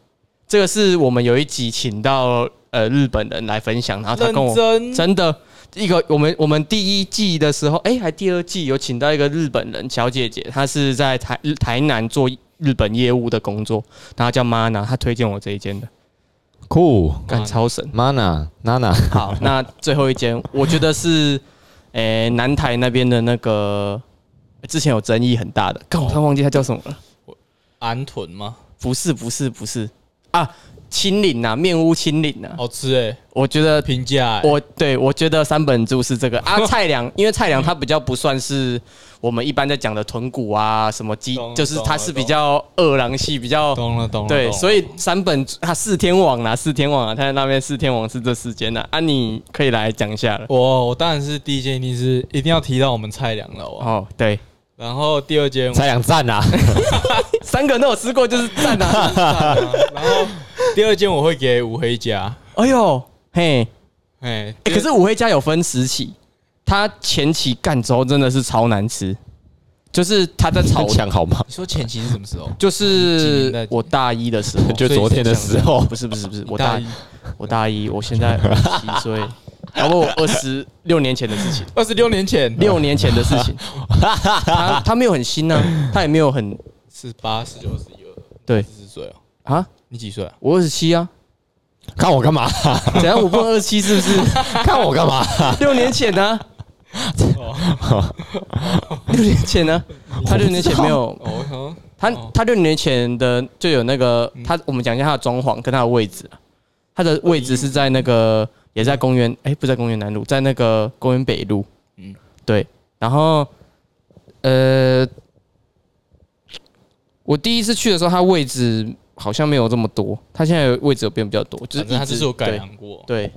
Speaker 1: 这个是我们有一集请到呃日本人来分享，然后他跟我
Speaker 3: 认真
Speaker 1: 真的一个我们我们第一季的时候，哎、还第二季有请到一个日本人小姐姐，她是在台日台南做日本业务的工作，然后叫 Mana，她推荐我这一间的，
Speaker 2: 酷
Speaker 1: 干超神。
Speaker 2: ，mana
Speaker 1: [laughs]
Speaker 2: nana，
Speaker 1: 好，那最后一间，我觉得是，诶、南台那边的那个之前有争议很大的，但我突然忘记它叫什么了。
Speaker 3: 安豚吗？
Speaker 1: 不是，不是，不是啊，清零啊，面屋清零啊，
Speaker 3: 好吃哎、
Speaker 1: 我觉得
Speaker 3: 评价欸
Speaker 1: 我对我觉得三本柱是这个
Speaker 3: [laughs]
Speaker 1: 啊，菜粮，因为菜粮它比较不算是我们一般在讲的豚骨啊，什么鸡
Speaker 3: 懂，了
Speaker 1: 就是它
Speaker 3: 懂了
Speaker 1: 是比较饿狼系，比较
Speaker 3: 懂了懂了，
Speaker 1: 对，所
Speaker 3: 以
Speaker 1: 以三本柱它四天王啦，四天王啊，他在那边四天王是这四间呐，啊，你可以来讲一下了。
Speaker 3: 我我当然是第一间一定是一定要提到我们菜粮了哦，
Speaker 1: 哦，对，
Speaker 3: 然后第二间
Speaker 2: 才两
Speaker 1: [laughs]
Speaker 2: 站啊，，
Speaker 1: 三个人都有吃过，就是赞啊！
Speaker 3: 啊然后第二间我会给五黑家，
Speaker 1: 哎呦，嘿，
Speaker 3: 哎、
Speaker 1: 欸可是五黑家有分时期，它前期干之后真的是超难吃，就是它在炒
Speaker 2: 抢好吗？
Speaker 3: 你说前期是什么时候？ [laughs]
Speaker 1: 就是我大一的时 [laughs] 候，
Speaker 2: 就昨天的时候，
Speaker 1: 不是不是不是，我
Speaker 3: 大
Speaker 1: 大
Speaker 3: 一
Speaker 1: 我大一，我现在二十七岁，然后我二十六年前的事情，
Speaker 3: 二十六年前，啊
Speaker 1: 六年前的事 [laughs] 情，他他没有很新啊，他也没有很
Speaker 3: 十八、十九、十一、二，
Speaker 1: 对
Speaker 3: 四十岁哦。
Speaker 1: 啊，
Speaker 3: 你几岁啊？
Speaker 1: 我二十七啊，
Speaker 2: 看
Speaker 1: [laughs]
Speaker 2: 我干嘛？
Speaker 1: 怎样我不能二十七是不是？
Speaker 2: 看我干嘛？
Speaker 1: 六年前呢、六年前呢、他六年前没有
Speaker 3: 哦，哦我想说
Speaker 1: 他
Speaker 3: 哦
Speaker 1: 他六年前的就有那个他，我们讲一下他的装潢跟他的位置啊。他的位置是在那个也在公园，哎、不在公园南路，在那个公园北路。嗯
Speaker 3: 嗯，
Speaker 1: 对。然后，呃，我第一次去的时候，他位置好像没有这么多，他现在位置有变比较多，就是
Speaker 3: 反正他
Speaker 1: 一直
Speaker 3: 就是有改
Speaker 1: 对
Speaker 3: 良过。
Speaker 1: 对，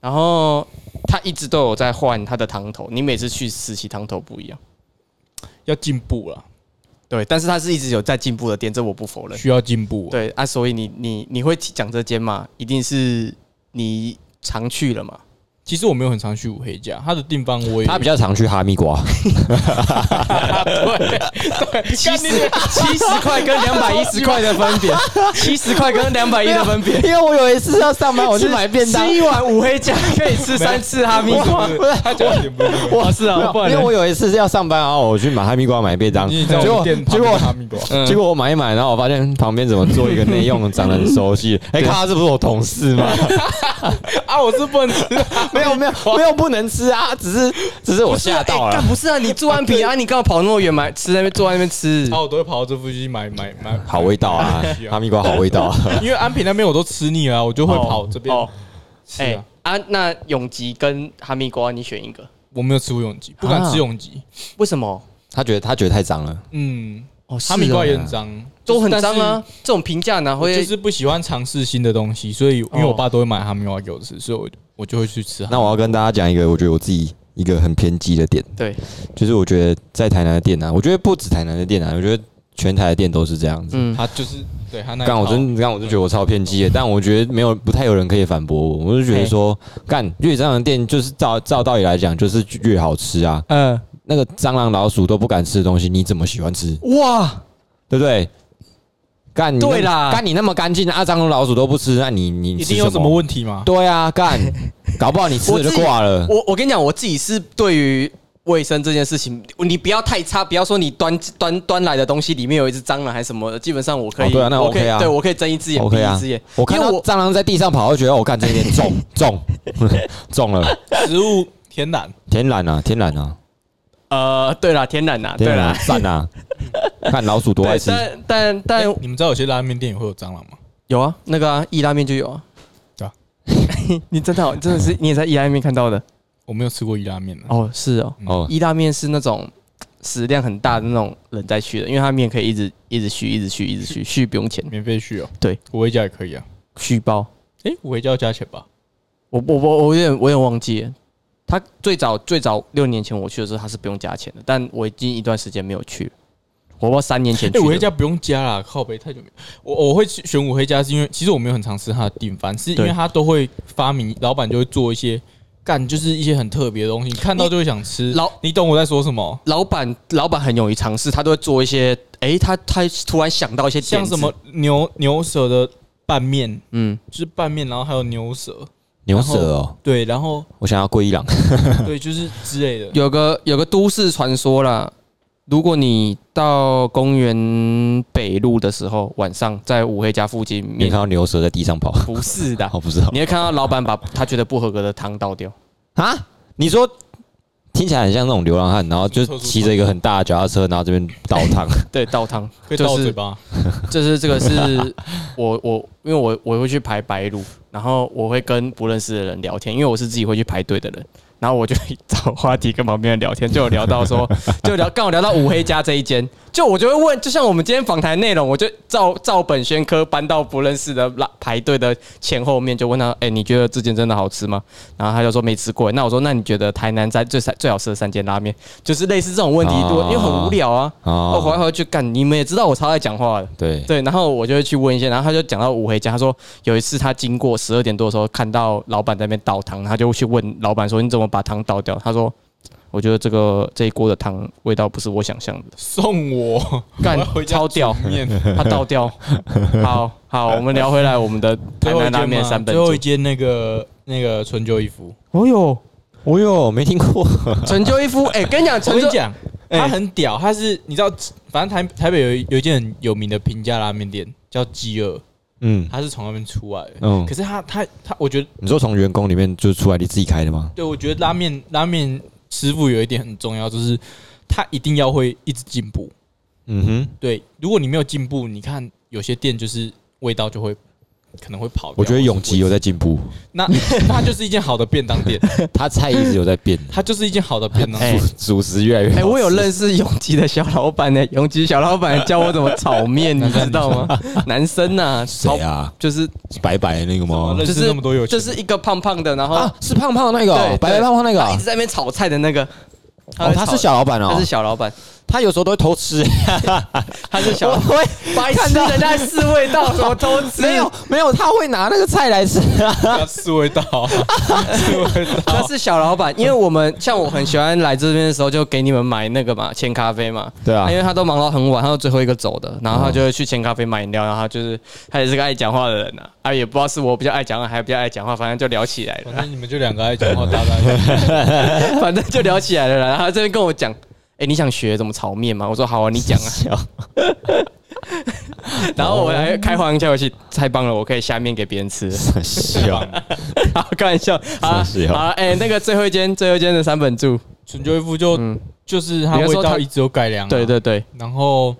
Speaker 1: 然后他一直都有在换他的汤头，你每次去实习汤头不一样。
Speaker 3: 要进步了，
Speaker 1: 对，但是他是一直有在进步的店，这我不否认。
Speaker 3: 需要进步。
Speaker 1: 对啊，所以你你你会讲这间嘛？一定是你常去了 [laughs] 嘛？
Speaker 3: 其实我没有很常去五黑家，他的地方我也
Speaker 2: 他比
Speaker 3: [laughs]
Speaker 2: 较常去哈密
Speaker 1: [laughs]
Speaker 2: 瓜，
Speaker 1: 七十七十块跟两百一十块的分别，七十块跟两百一的分别。哦
Speaker 2: 因为我有一次要上班，我去买便当
Speaker 1: 吃，一碗五黑家可以吃三次哈密瓜。
Speaker 3: 不是他讲的点不是这 [laughs] 个
Speaker 1: 我是啊，
Speaker 2: 没有因为我有一次要上班，然后我去买哈密瓜买便当，
Speaker 3: 你
Speaker 2: 结
Speaker 3: 在我
Speaker 2: 果
Speaker 3: 们店旁
Speaker 2: 结
Speaker 3: 边
Speaker 2: 果
Speaker 3: 的哈密瓜，
Speaker 1: 嗯
Speaker 2: 结果我买一买，然后我发现旁边怎么做一个内用，长得很熟
Speaker 3: [laughs]
Speaker 2: 悉。哎，看他这不是我同事吗？
Speaker 3: 啊，我是不能 [laughs] 吃，
Speaker 2: 没有没有没有不能吃啊，只是只是我
Speaker 1: 不是啊
Speaker 2: 吓到
Speaker 1: 哎
Speaker 2: 了
Speaker 1: 干。不是啊，你住安平啊，你刚好跑那么远买吃那边坐在那边吃
Speaker 3: 啊然，后我都会跑到这附近买买买，
Speaker 2: 好味道
Speaker 3: [laughs]
Speaker 2: 啊
Speaker 3: 买东西，
Speaker 2: 哈密瓜好味道。啊
Speaker 3: [laughs] 因为安平那边我都吃腻了啊，我就会跑这边
Speaker 1: 哦
Speaker 3: 吃
Speaker 1: 哎
Speaker 3: 啊。
Speaker 1: 啊，那永吉跟哈密瓜你选一个，
Speaker 3: 我没有吃过永吉，不敢
Speaker 1: 啊
Speaker 3: 吃永吉。
Speaker 1: 为什么？
Speaker 2: 他觉得他觉得太脏了，
Speaker 3: 嗯，
Speaker 1: 哦，
Speaker 3: 哈密瓜也很脏，
Speaker 1: 都很
Speaker 3: 但是
Speaker 1: 脏啊，这种评价哪
Speaker 3: 我
Speaker 1: 会
Speaker 3: 就是不喜欢尝试新的东西，所以因为
Speaker 1: 哦
Speaker 3: 我爸都会买哈密瓜给我吃，所以我我就会去吃哈密瓜。
Speaker 2: 那我要跟大家讲一个，我觉得我自己一个很偏激的点，
Speaker 1: 对，
Speaker 2: 就是我觉得在台南的店啊，我觉得不止台南的店啊，我觉得全台的店都是这样子。
Speaker 1: 嗯，
Speaker 3: 他就是对他那一
Speaker 2: 干，我
Speaker 3: 套
Speaker 2: 真干，我就觉得我超偏激的，但我觉得没有不太有人可以反驳我，我就觉得说，干越脏的店就是照照道理来讲就是越好吃啊，
Speaker 1: 嗯，
Speaker 2: 那个蟑螂老鼠都不敢吃的东西，你怎么喜欢吃？
Speaker 1: 哇，
Speaker 2: 对不对？干你那
Speaker 1: 对啦
Speaker 2: 干你那么干净啊，蟑螂老鼠都不吃，那你你
Speaker 3: 一
Speaker 2: 你吃
Speaker 3: 定有什么？问题吗？
Speaker 2: 对啊，
Speaker 1: [laughs]
Speaker 2: 干，搞不好你吃了就挂了。
Speaker 1: 我我跟你讲，我自己是对于卫生这件事情，你不要太差，不要说你端端端来的东西里面有一只蟑螂还是什么的，基本上我可以，
Speaker 2: 哦对啊那
Speaker 1: 我
Speaker 2: OK
Speaker 1: 可以
Speaker 2: 啊
Speaker 1: 对我可以睁一只眼闭
Speaker 2: OK 啊
Speaker 1: 一只眼，
Speaker 2: 我看
Speaker 1: 因为
Speaker 2: 到
Speaker 1: 我
Speaker 2: 蟑螂在地上跑，我就觉得我哦干这一点中 [laughs] 中中了，
Speaker 3: [laughs] 食物天然，
Speaker 2: 天然啊，天然啊，
Speaker 1: 呃，对啦，天然啦，对
Speaker 2: 天然啊
Speaker 1: 啦，
Speaker 2: 赞
Speaker 1: [laughs]
Speaker 2: 啊！看老鼠多爱
Speaker 1: 对，
Speaker 2: 吃，
Speaker 1: 但但但
Speaker 3: 哎你们知道有些拉面店也会有蟑螂吗？
Speaker 1: 有啊，那个啊，意拉面就有啊
Speaker 3: 对啊。
Speaker 1: [laughs] 你真的好，真的是你也在意拉面看到的
Speaker 3: 我没有吃过伊拉
Speaker 2: 嗯
Speaker 3: 面呢。
Speaker 1: 哦，是哦，
Speaker 2: 哦，
Speaker 1: 意大面是那种食量很大的那种人在续的，因为它面可以一直一直续，一直续，一直续，续不用钱，
Speaker 3: 免费续哦，
Speaker 1: 对，
Speaker 3: 我回家也可以啊。
Speaker 1: 续包。
Speaker 3: 诶，我回家要加钱吧？
Speaker 1: 我我我我有点我有点忘记了，他最早最早六年前我去的时候他是不用加钱的，但我已经一段时间没有去了，我不知道三年前去
Speaker 3: 诶，
Speaker 1: 的。
Speaker 3: 我回家不用加啦，靠北太久没。我我会去选五黑家是因为其实我没有很常吃他的订饭，是因为
Speaker 1: 对
Speaker 3: 他都会发明，老板就会做一些干，就是一些很特别的东西，你看到就会想吃。
Speaker 1: 老
Speaker 3: 你懂我在说什么？
Speaker 1: 老板老板很勇于尝试，他都会做一些，诶，他他突然想到一些点
Speaker 3: 像
Speaker 1: 子
Speaker 3: 什么牛牛舌的拌面，
Speaker 1: 嗯，
Speaker 3: 就是拌面，然后还有牛舌，
Speaker 2: 牛舌哦，
Speaker 3: 对，
Speaker 1: [laughs]
Speaker 3: 然后
Speaker 2: 我想要桂一郎，
Speaker 3: 对，就是之类的。
Speaker 1: 有个有个都市传说啦，如果你到公园北路的时候，晚上在五黑家附近
Speaker 2: 你
Speaker 1: 面啊
Speaker 2: 看，到牛舌在地上跑，
Speaker 1: 不是的， [laughs]
Speaker 2: 哦，不是哦
Speaker 1: 你会看到老板把他觉得不合格的汤倒掉。
Speaker 2: 啊？你说听起来很像那种流浪汉，然后就骑着一个很大的脚踏车，然后这边倒汤，
Speaker 1: 对，倒汤
Speaker 3: 可以倒
Speaker 1: 就是
Speaker 3: 嘴巴，
Speaker 1: 这是这个是 [laughs] 我我因为我我会去排白鹭，然后我会跟不认识的人聊天，因为我是自己会去排队的人，然后我就会找话题跟旁边人聊天，就有聊到 [laughs] 说，就聊刚好聊到五黑家这一间，就我就会问，就像我们今天访谈内容，我就照照本宣科搬到不认识的拉排队的前后面，就问他，哎、你觉得这间真的好吃吗？然后他就说没吃过，那我说那你觉得台南三最最好吃的三间拉面，就是类似这种问题，我因为很无聊啊，我回来
Speaker 2: 哦，
Speaker 1: 回去干，你们也知道我超爱讲话的。
Speaker 2: 对，
Speaker 1: 对，然后我就会去问一些，然后他就讲到五黑家，他说有一次他经过十二点多的时候，看到老板在那边倒汤，他就去问老板说：“你怎么把汤倒掉？”他说：“我觉得这个这一锅的汤味道不是我想象的，
Speaker 3: 送 [laughs] 我
Speaker 1: 干
Speaker 3: 我要回家
Speaker 1: 超屌，[laughs]
Speaker 3: 煮面。
Speaker 1: 他倒
Speaker 3: [laughs]
Speaker 1: 掉。”好好，我们聊回来我们的台
Speaker 3: 最后一
Speaker 1: 南拉
Speaker 3: [laughs] 间
Speaker 1: 面
Speaker 3: 嘛
Speaker 1: 三本
Speaker 3: 最后
Speaker 1: 组
Speaker 3: 一。间那个那个春秋一夫，
Speaker 1: 哦哟，
Speaker 2: 我有没听过， [laughs]
Speaker 1: 陈旧一夫，哎，跟你讲，
Speaker 3: 我
Speaker 1: 陈
Speaker 3: 跟
Speaker 1: 旧
Speaker 3: 你，讲，
Speaker 1: 哎
Speaker 3: 他很屌，他是你知道，反正台台北有一有一间很有名的平价拉面店叫饥饿，
Speaker 2: 嗯
Speaker 3: 他是从那边出来的。
Speaker 2: 嗯
Speaker 3: 可，是他他他，我觉得
Speaker 2: 你说从员工里面就出来你自己开的吗？
Speaker 3: 对，我觉得拉面拉面师傅有一点很重要，就是他一定要会一直进步。
Speaker 2: 嗯哼，
Speaker 3: 对，如果你没有进步，你看有些店就是味道就会可能会跑掉。
Speaker 2: 我觉得永吉有
Speaker 3: 的，
Speaker 2: 在进步，
Speaker 3: 那 [laughs] 那它就是一间好的便当店，
Speaker 2: 他菜一直有在变，
Speaker 3: 它就是一间好的便当
Speaker 1: 哎
Speaker 3: 店。
Speaker 2: 主食越来越好
Speaker 1: 哎，
Speaker 2: 吃
Speaker 1: 我有认识永吉的小老板呢，永吉小老板教我怎么炒面，你知道
Speaker 3: [laughs]
Speaker 1: 吗？
Speaker 3: 啊
Speaker 1: 男生呐，
Speaker 2: 谁
Speaker 1: 炒
Speaker 2: 啊？
Speaker 1: 就是
Speaker 2: 白白的那个吗？
Speaker 3: 认识那么多有钱
Speaker 1: 就
Speaker 3: 人，
Speaker 1: 是一个胖胖的，然后
Speaker 2: 啊，是胖胖的那个
Speaker 1: 对
Speaker 2: 哦，白白
Speaker 1: 对
Speaker 2: 胖胖那个
Speaker 1: 他
Speaker 2: 哦
Speaker 1: 一直，在那边炒菜的那个。
Speaker 2: 哦，他是小老板
Speaker 1: 他
Speaker 2: 哦
Speaker 1: 是，小老板，
Speaker 2: 他有时候都会偷吃，
Speaker 1: 他是
Speaker 2: [laughs]
Speaker 1: 小
Speaker 2: 我
Speaker 1: 老板，
Speaker 2: 会
Speaker 1: 白
Speaker 2: 看
Speaker 1: 痴，
Speaker 2: 到
Speaker 1: 人家在试味道，什么偷吃？
Speaker 2: [laughs] 没有，没有，他会拿那个菜来 [laughs] 吃啊，
Speaker 3: 它是味道啊，是味道。
Speaker 1: [laughs] 他是小老板，因为我们像我很喜欢来这边的时候，就给你们买那个嘛，千咖啡嘛。
Speaker 2: 对啊
Speaker 1: 因为他都忙到很晚，他都最后一个走的，然后他就会去千咖啡买饮料，然后他就是他也是个爱讲话的人呐、啊，也不知道是我比较爱讲话，还比较爱讲话，反正就聊起来了
Speaker 3: 反，正你们就两个爱讲话，大家爱
Speaker 2: 嗯
Speaker 3: 讲话
Speaker 1: 反正就聊起来了啦。然后他这边跟我讲，哎、你想学怎么炒面吗？我说好啊，你讲啊。然后我还开黄腔游戏，太棒了，我可以下面给别人 [laughs] 吃。
Speaker 2: 笑，
Speaker 1: 好，开玩笑，好啊
Speaker 2: 真是
Speaker 1: 好
Speaker 2: 哦
Speaker 1: 啊，哎、那个最后一间，最后一间的三本柱，
Speaker 3: 纯秋一夫就
Speaker 1: 嗯
Speaker 3: 就是它
Speaker 1: 你要
Speaker 3: 味
Speaker 1: 说它
Speaker 3: 道一直有改良，啊
Speaker 1: 对。对对。
Speaker 3: 然后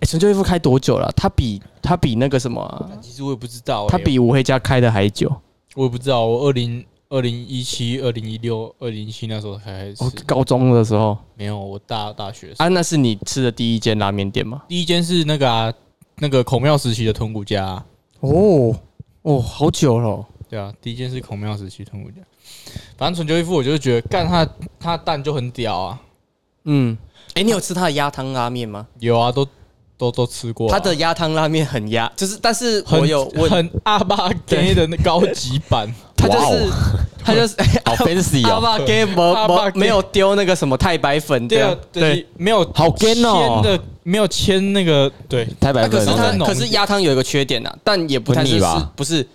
Speaker 1: 哎、陈旧一夫开多久了？他比他比那个什么啊、
Speaker 3: 其实我也不知道欸，
Speaker 1: 他比吴黑家开的还久。
Speaker 3: 我也不知道，我二零二零一七、二零一六、二零一七那时候才开始
Speaker 1: 我，哦高中的时候
Speaker 3: 没有我大大学的时
Speaker 1: 啊，
Speaker 3: 候
Speaker 1: 那是你吃的第一间拉面店吗？
Speaker 3: 第一间是那个啊，那个孔庙时期的豚骨家啊、
Speaker 1: 哦哦，好久了哦、
Speaker 3: 对啊，第一间是孔庙时期豚骨家。反正纯球一夫，我就是觉得干他他的蛋就很屌啊，
Speaker 1: 嗯，哎、你有吃他的鸭汤拉面吗？
Speaker 3: 有啊，都都都吃过啊、
Speaker 1: 他的鸭汤拉面很鸭，就是，但是
Speaker 3: 很
Speaker 1: 我有我
Speaker 3: 很阿巴 gay 的那高级版，
Speaker 1: 他就
Speaker 2: 哇
Speaker 1: 是
Speaker 2: 哦
Speaker 1: [laughs] 他就是
Speaker 2: 好 fancy
Speaker 1: 阿
Speaker 2: 哦，
Speaker 1: 爸给
Speaker 3: 阿
Speaker 1: 没
Speaker 3: 爸
Speaker 1: 没
Speaker 3: 给
Speaker 1: 没有丢那个什么太白粉
Speaker 3: 对啊
Speaker 1: 的，，
Speaker 3: 对，没有
Speaker 2: 好 gay 哦
Speaker 3: 签的没有签那个对，
Speaker 2: 太白
Speaker 1: 那可是
Speaker 2: 粉
Speaker 3: 然后
Speaker 1: 它
Speaker 3: 再浓
Speaker 1: 可
Speaker 3: 一
Speaker 1: 是
Speaker 3: 点
Speaker 1: 鸭汤有一个缺点啊，但也不太
Speaker 2: 不
Speaker 1: 是
Speaker 2: 腻
Speaker 1: 是
Speaker 2: 吧
Speaker 1: 不是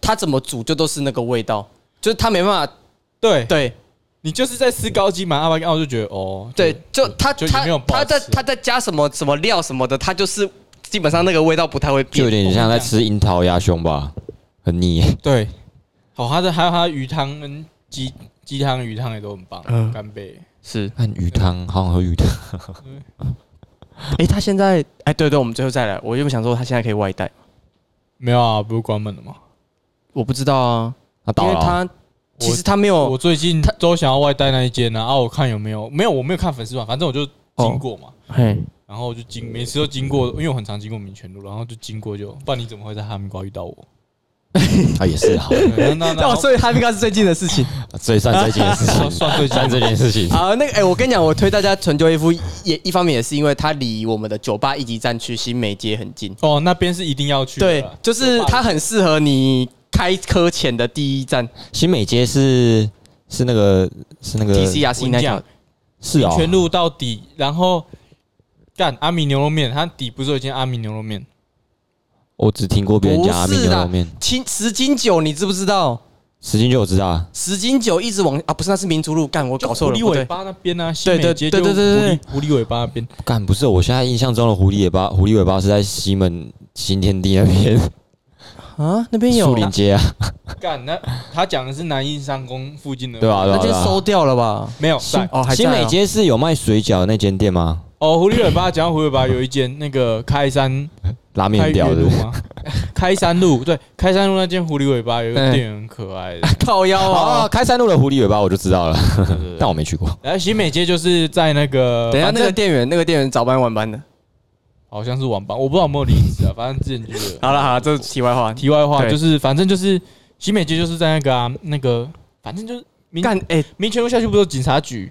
Speaker 1: 它怎么煮就都是那个味道，就是它没办法
Speaker 3: 对
Speaker 1: 对
Speaker 3: 你就是在吃高级版阿巴 gay，我就觉得哦，
Speaker 1: 对，就它
Speaker 3: 就也没有
Speaker 1: 它
Speaker 3: 不好
Speaker 1: 它在
Speaker 3: 吃
Speaker 1: 它在加什么什么料什么的，它就是基本上那个味道不太会
Speaker 2: 就有
Speaker 1: 变。
Speaker 2: 点像在吃樱桃鸭胸吧，很腻，
Speaker 3: 对，好，他的还有他的鱼汤跟鸡鸡汤、鱼汤也都很棒，
Speaker 1: 嗯
Speaker 3: 干贝。
Speaker 1: 是，
Speaker 2: 看鱼汤，好想喝鱼汤，
Speaker 1: 哎，他现在哎，对对，我们最后再来。我原本想说他现在可以外带，
Speaker 3: 没有啊，不是关门了吗？
Speaker 1: 我不知道啊，
Speaker 2: 那
Speaker 1: 因
Speaker 2: 倒
Speaker 1: 为
Speaker 2: 了哦，
Speaker 1: 他其实他没
Speaker 3: 我
Speaker 1: 有
Speaker 3: 最近都想要外带那一间啊，啊，我看有没有，没有，我没有看粉丝团，反正我就经过嘛，
Speaker 1: 嘿，
Speaker 3: 然后我就经每次都经过，因为我很常经过民权路，然后就经过就，不然你怎么会在哈密瓜遇
Speaker 1: [laughs]
Speaker 3: 到我？
Speaker 2: 啊也是好，
Speaker 3: 对那那
Speaker 1: 哦，所以哈密瓜是最近的事情。
Speaker 2: 所以算这件事
Speaker 3: 算
Speaker 2: 情，[laughs]
Speaker 3: 算最近
Speaker 2: 算这件事情，
Speaker 1: 啊，那个哎、我跟你讲，我推大家纯旧衣服，也一方面也是因为它离我们的酒吧一级战区新美街很近，
Speaker 3: 哦，那边是一定要去的
Speaker 1: 对
Speaker 3: 啦，，
Speaker 1: 就是它很适合你开科前的第一站
Speaker 2: 新美街是是那个是那个
Speaker 1: T C R C
Speaker 3: 我跟
Speaker 1: 那
Speaker 3: 你
Speaker 1: 条
Speaker 3: 讲，
Speaker 2: 是
Speaker 3: 民
Speaker 1: 啊
Speaker 2: 哦，
Speaker 3: 权路到底，然后干阿米牛肉面，它底不是有一间阿米牛肉面？
Speaker 2: 我只听过别人家
Speaker 1: 不
Speaker 2: 面
Speaker 1: 是
Speaker 2: 牛
Speaker 1: 啦
Speaker 2: 肉面，
Speaker 1: 青十斤酒，你知不知道？
Speaker 2: 十斤就我知道啊，
Speaker 1: 十斤酒一直往啊，不是，那是民族路，干我搞错了，
Speaker 3: 狐
Speaker 1: 不
Speaker 3: 狸尾
Speaker 1: 对，
Speaker 3: 巴那边啊，西
Speaker 1: 对
Speaker 3: 美
Speaker 1: 对
Speaker 3: 街就
Speaker 1: 对对
Speaker 3: 狐
Speaker 1: 对对
Speaker 3: 狸狐狸尾巴那边，
Speaker 2: 干不是，我现在印象中的狐狸尾巴，狐狸尾巴是在西门新天地那边
Speaker 1: 啊，那边
Speaker 2: 树
Speaker 1: 有
Speaker 2: 林，街啊，
Speaker 3: 干那他讲的是南印商宫附近的，
Speaker 2: 对啊吧？对
Speaker 1: 那
Speaker 2: 吧？
Speaker 1: 间
Speaker 2: 对吧
Speaker 1: 收掉了吧？
Speaker 3: 没有
Speaker 2: 新
Speaker 3: 在
Speaker 1: 哦还在
Speaker 2: 新
Speaker 1: 啊
Speaker 2: 美街是有卖水饺的那间店吗？
Speaker 3: 哦，狐狸尾巴讲到狐狸尾巴有一间那个开山
Speaker 2: 拉
Speaker 3: 开
Speaker 2: 面屌
Speaker 3: 岳
Speaker 2: 的
Speaker 3: 路，吗？ [laughs] 开山路对，开山路那间狐狸尾巴有一个
Speaker 1: 嗯
Speaker 3: 店员很可爱的，
Speaker 1: 靠腰
Speaker 2: 哦，
Speaker 1: 啊！
Speaker 2: 开山路的狐狸尾巴我就知道了，
Speaker 3: 对对
Speaker 2: 但
Speaker 3: 对。
Speaker 2: 我没去过。
Speaker 3: 然后新美街就是在那个，
Speaker 1: 等一下
Speaker 3: 反
Speaker 1: 那
Speaker 3: 正
Speaker 1: 个店员，那个店员早班晚班的。
Speaker 3: 好像是晚班，我不知道有没有离职啊，反正之前就是。
Speaker 1: 好了好了，这是题外话。
Speaker 3: 题外话
Speaker 1: 对
Speaker 3: 就是，反正就是新美街就是在那个啊，那个反正就是民
Speaker 1: 干哎，
Speaker 3: 民权路下去不是有警察局？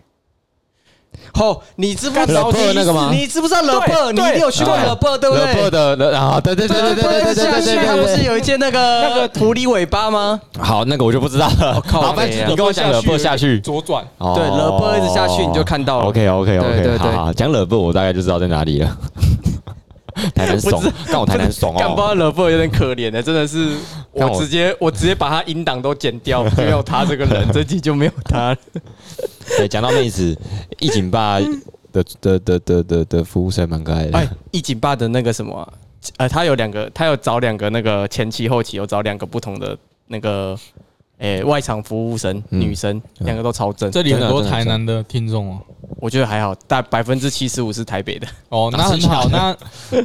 Speaker 1: 吼，你知不
Speaker 2: 干
Speaker 1: 知道
Speaker 2: 老婆那个吗
Speaker 1: 你知不知道勒珀？
Speaker 3: 对
Speaker 1: 你一定有去过
Speaker 2: 对
Speaker 1: 勒珀，对不
Speaker 2: 勒破
Speaker 1: 对？
Speaker 2: 的勒啊，对对对对对对对
Speaker 1: 下
Speaker 2: 对
Speaker 1: 去
Speaker 2: 对
Speaker 1: 它不
Speaker 2: 对
Speaker 1: 是有一件那个
Speaker 3: 那
Speaker 1: 个狐狸尾巴吗？
Speaker 2: 好，那个我就不知道了。
Speaker 1: 靠
Speaker 2: 好，反
Speaker 1: 北啊
Speaker 2: 正你跟我讲勒破下去。
Speaker 3: 左转，
Speaker 2: 哦
Speaker 1: 对，勒珀一直下去你就看到了。
Speaker 2: OK
Speaker 1: 对
Speaker 2: OK
Speaker 1: 对
Speaker 2: OK，
Speaker 1: 对
Speaker 2: 好好，讲勒破我大概就知道在哪
Speaker 1: [laughs]
Speaker 2: 里了。台南怂
Speaker 1: 不是，
Speaker 2: 干我台南怂
Speaker 1: 干不
Speaker 2: 哦。
Speaker 1: 到勒珀有点可怜的，真的是我
Speaker 2: 干我
Speaker 1: 直接我直接把他音档都剪掉，没有他这个人，这集就没有他了。
Speaker 2: 对，讲到妹子，一景爸的的的的的的服务生蛮可爱的
Speaker 1: 哎。，一景爸的那个什么啊、呃，他有两个，他有找两个那个前期后期有找两个不同的那个，诶、外场服务生、
Speaker 2: 嗯
Speaker 1: 女生，两个都超正。
Speaker 3: 这里
Speaker 2: 真
Speaker 3: 很
Speaker 2: 的
Speaker 3: 多
Speaker 2: 真的
Speaker 3: 台南的听众哦。
Speaker 1: 我觉得还好，大百分之七十五是台北的，
Speaker 3: 哦，那很好，那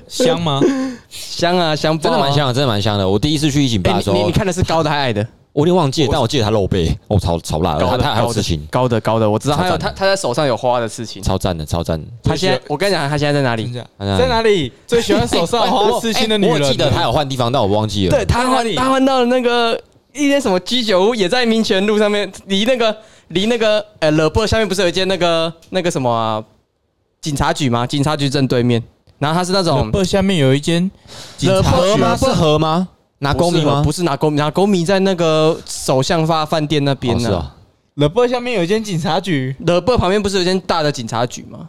Speaker 3: 香吗？
Speaker 1: 香啊香爆
Speaker 2: 真
Speaker 1: 啊、
Speaker 2: 的蛮香的，真的蛮香的。我第一次去一景
Speaker 1: 诶。
Speaker 2: 吧的时
Speaker 1: 哎你你
Speaker 2: 候
Speaker 1: 你，看的是高的还矮的？
Speaker 2: 我有点忘记了，但我记得他露背，哦，超超辣的，
Speaker 1: 高
Speaker 2: 他
Speaker 1: 的
Speaker 2: 他还有
Speaker 1: 高的
Speaker 2: 事情，
Speaker 1: 高的高的，我知道。
Speaker 2: 超
Speaker 1: 还有
Speaker 2: 赞
Speaker 1: 他他在手上有花的事情。
Speaker 2: 超赞的，超赞的。
Speaker 1: 他现在，我跟你讲，他现在在哪
Speaker 3: 真
Speaker 1: 里？
Speaker 3: 假
Speaker 2: 在哪里
Speaker 3: 在哪里？最喜欢手上花刺青的女
Speaker 2: 哎我
Speaker 3: 人。
Speaker 2: 记得他有换地方，但我忘记了。
Speaker 1: 对他
Speaker 3: 在哪
Speaker 1: 换
Speaker 3: 里
Speaker 1: 他换到了那个一间什么居酒屋，也在民权路上面，离那个离那个呃勒布下面不是有一间那个那个什么、啊、警察局吗？警察局正对面。然后他是那种
Speaker 3: 不，下面有一间警
Speaker 1: 勒
Speaker 3: 察
Speaker 1: 布
Speaker 2: 河
Speaker 3: 局
Speaker 1: 吗
Speaker 2: 吗？是河吗？拿
Speaker 1: 不
Speaker 2: 公
Speaker 1: 是
Speaker 2: 米吗？哦
Speaker 1: 不是拿公米，拿公米在那个首相发饭店那边
Speaker 2: 哦是
Speaker 1: 呢。
Speaker 2: 啊，
Speaker 3: 了不下面有一间警
Speaker 1: [laughs]
Speaker 3: 察局，
Speaker 1: 勒布旁边不是有一间大的警察局吗？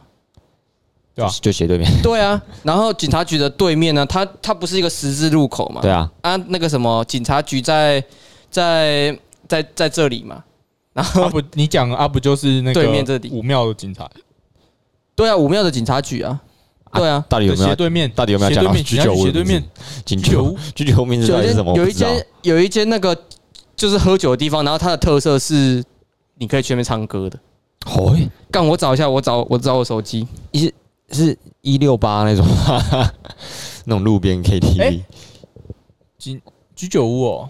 Speaker 3: 对吧？
Speaker 2: 就斜对面。
Speaker 1: 对啊，然后警察局的对面呢，它它不是一个十字路口嘛？
Speaker 2: 对啊，
Speaker 1: 啊，那个什么警察局在在在在这里嘛，然后
Speaker 3: 啊不，你讲啊不就是那个
Speaker 1: 对面这里
Speaker 3: 武庙的警察？
Speaker 1: 对啊，武庙的警察局啊，对啊，
Speaker 2: 到底有没
Speaker 3: 斜
Speaker 2: 有
Speaker 3: 对面，
Speaker 2: 到底有没有
Speaker 3: 斜
Speaker 2: 讲
Speaker 3: 对
Speaker 2: 到
Speaker 3: 面
Speaker 2: 居酒屋
Speaker 3: 斜
Speaker 2: 的名字？
Speaker 3: 对面
Speaker 2: 警
Speaker 3: 居酒
Speaker 2: 酒
Speaker 3: 屋
Speaker 2: 居酒屋名字到
Speaker 1: 有
Speaker 2: 底
Speaker 1: 一
Speaker 2: 是什
Speaker 1: 间
Speaker 2: 么？我
Speaker 1: 有
Speaker 2: 不
Speaker 1: 一
Speaker 2: 知道。
Speaker 1: 间有一间那个就是喝酒的地方，然后它的特色是你可以去那边唱歌的。
Speaker 2: 哦，哎
Speaker 1: 干，我找一下，我找我找我手机，
Speaker 2: 是一六八那种吗， [laughs] 那种路边 KTV
Speaker 3: 哎。居酒屋哦，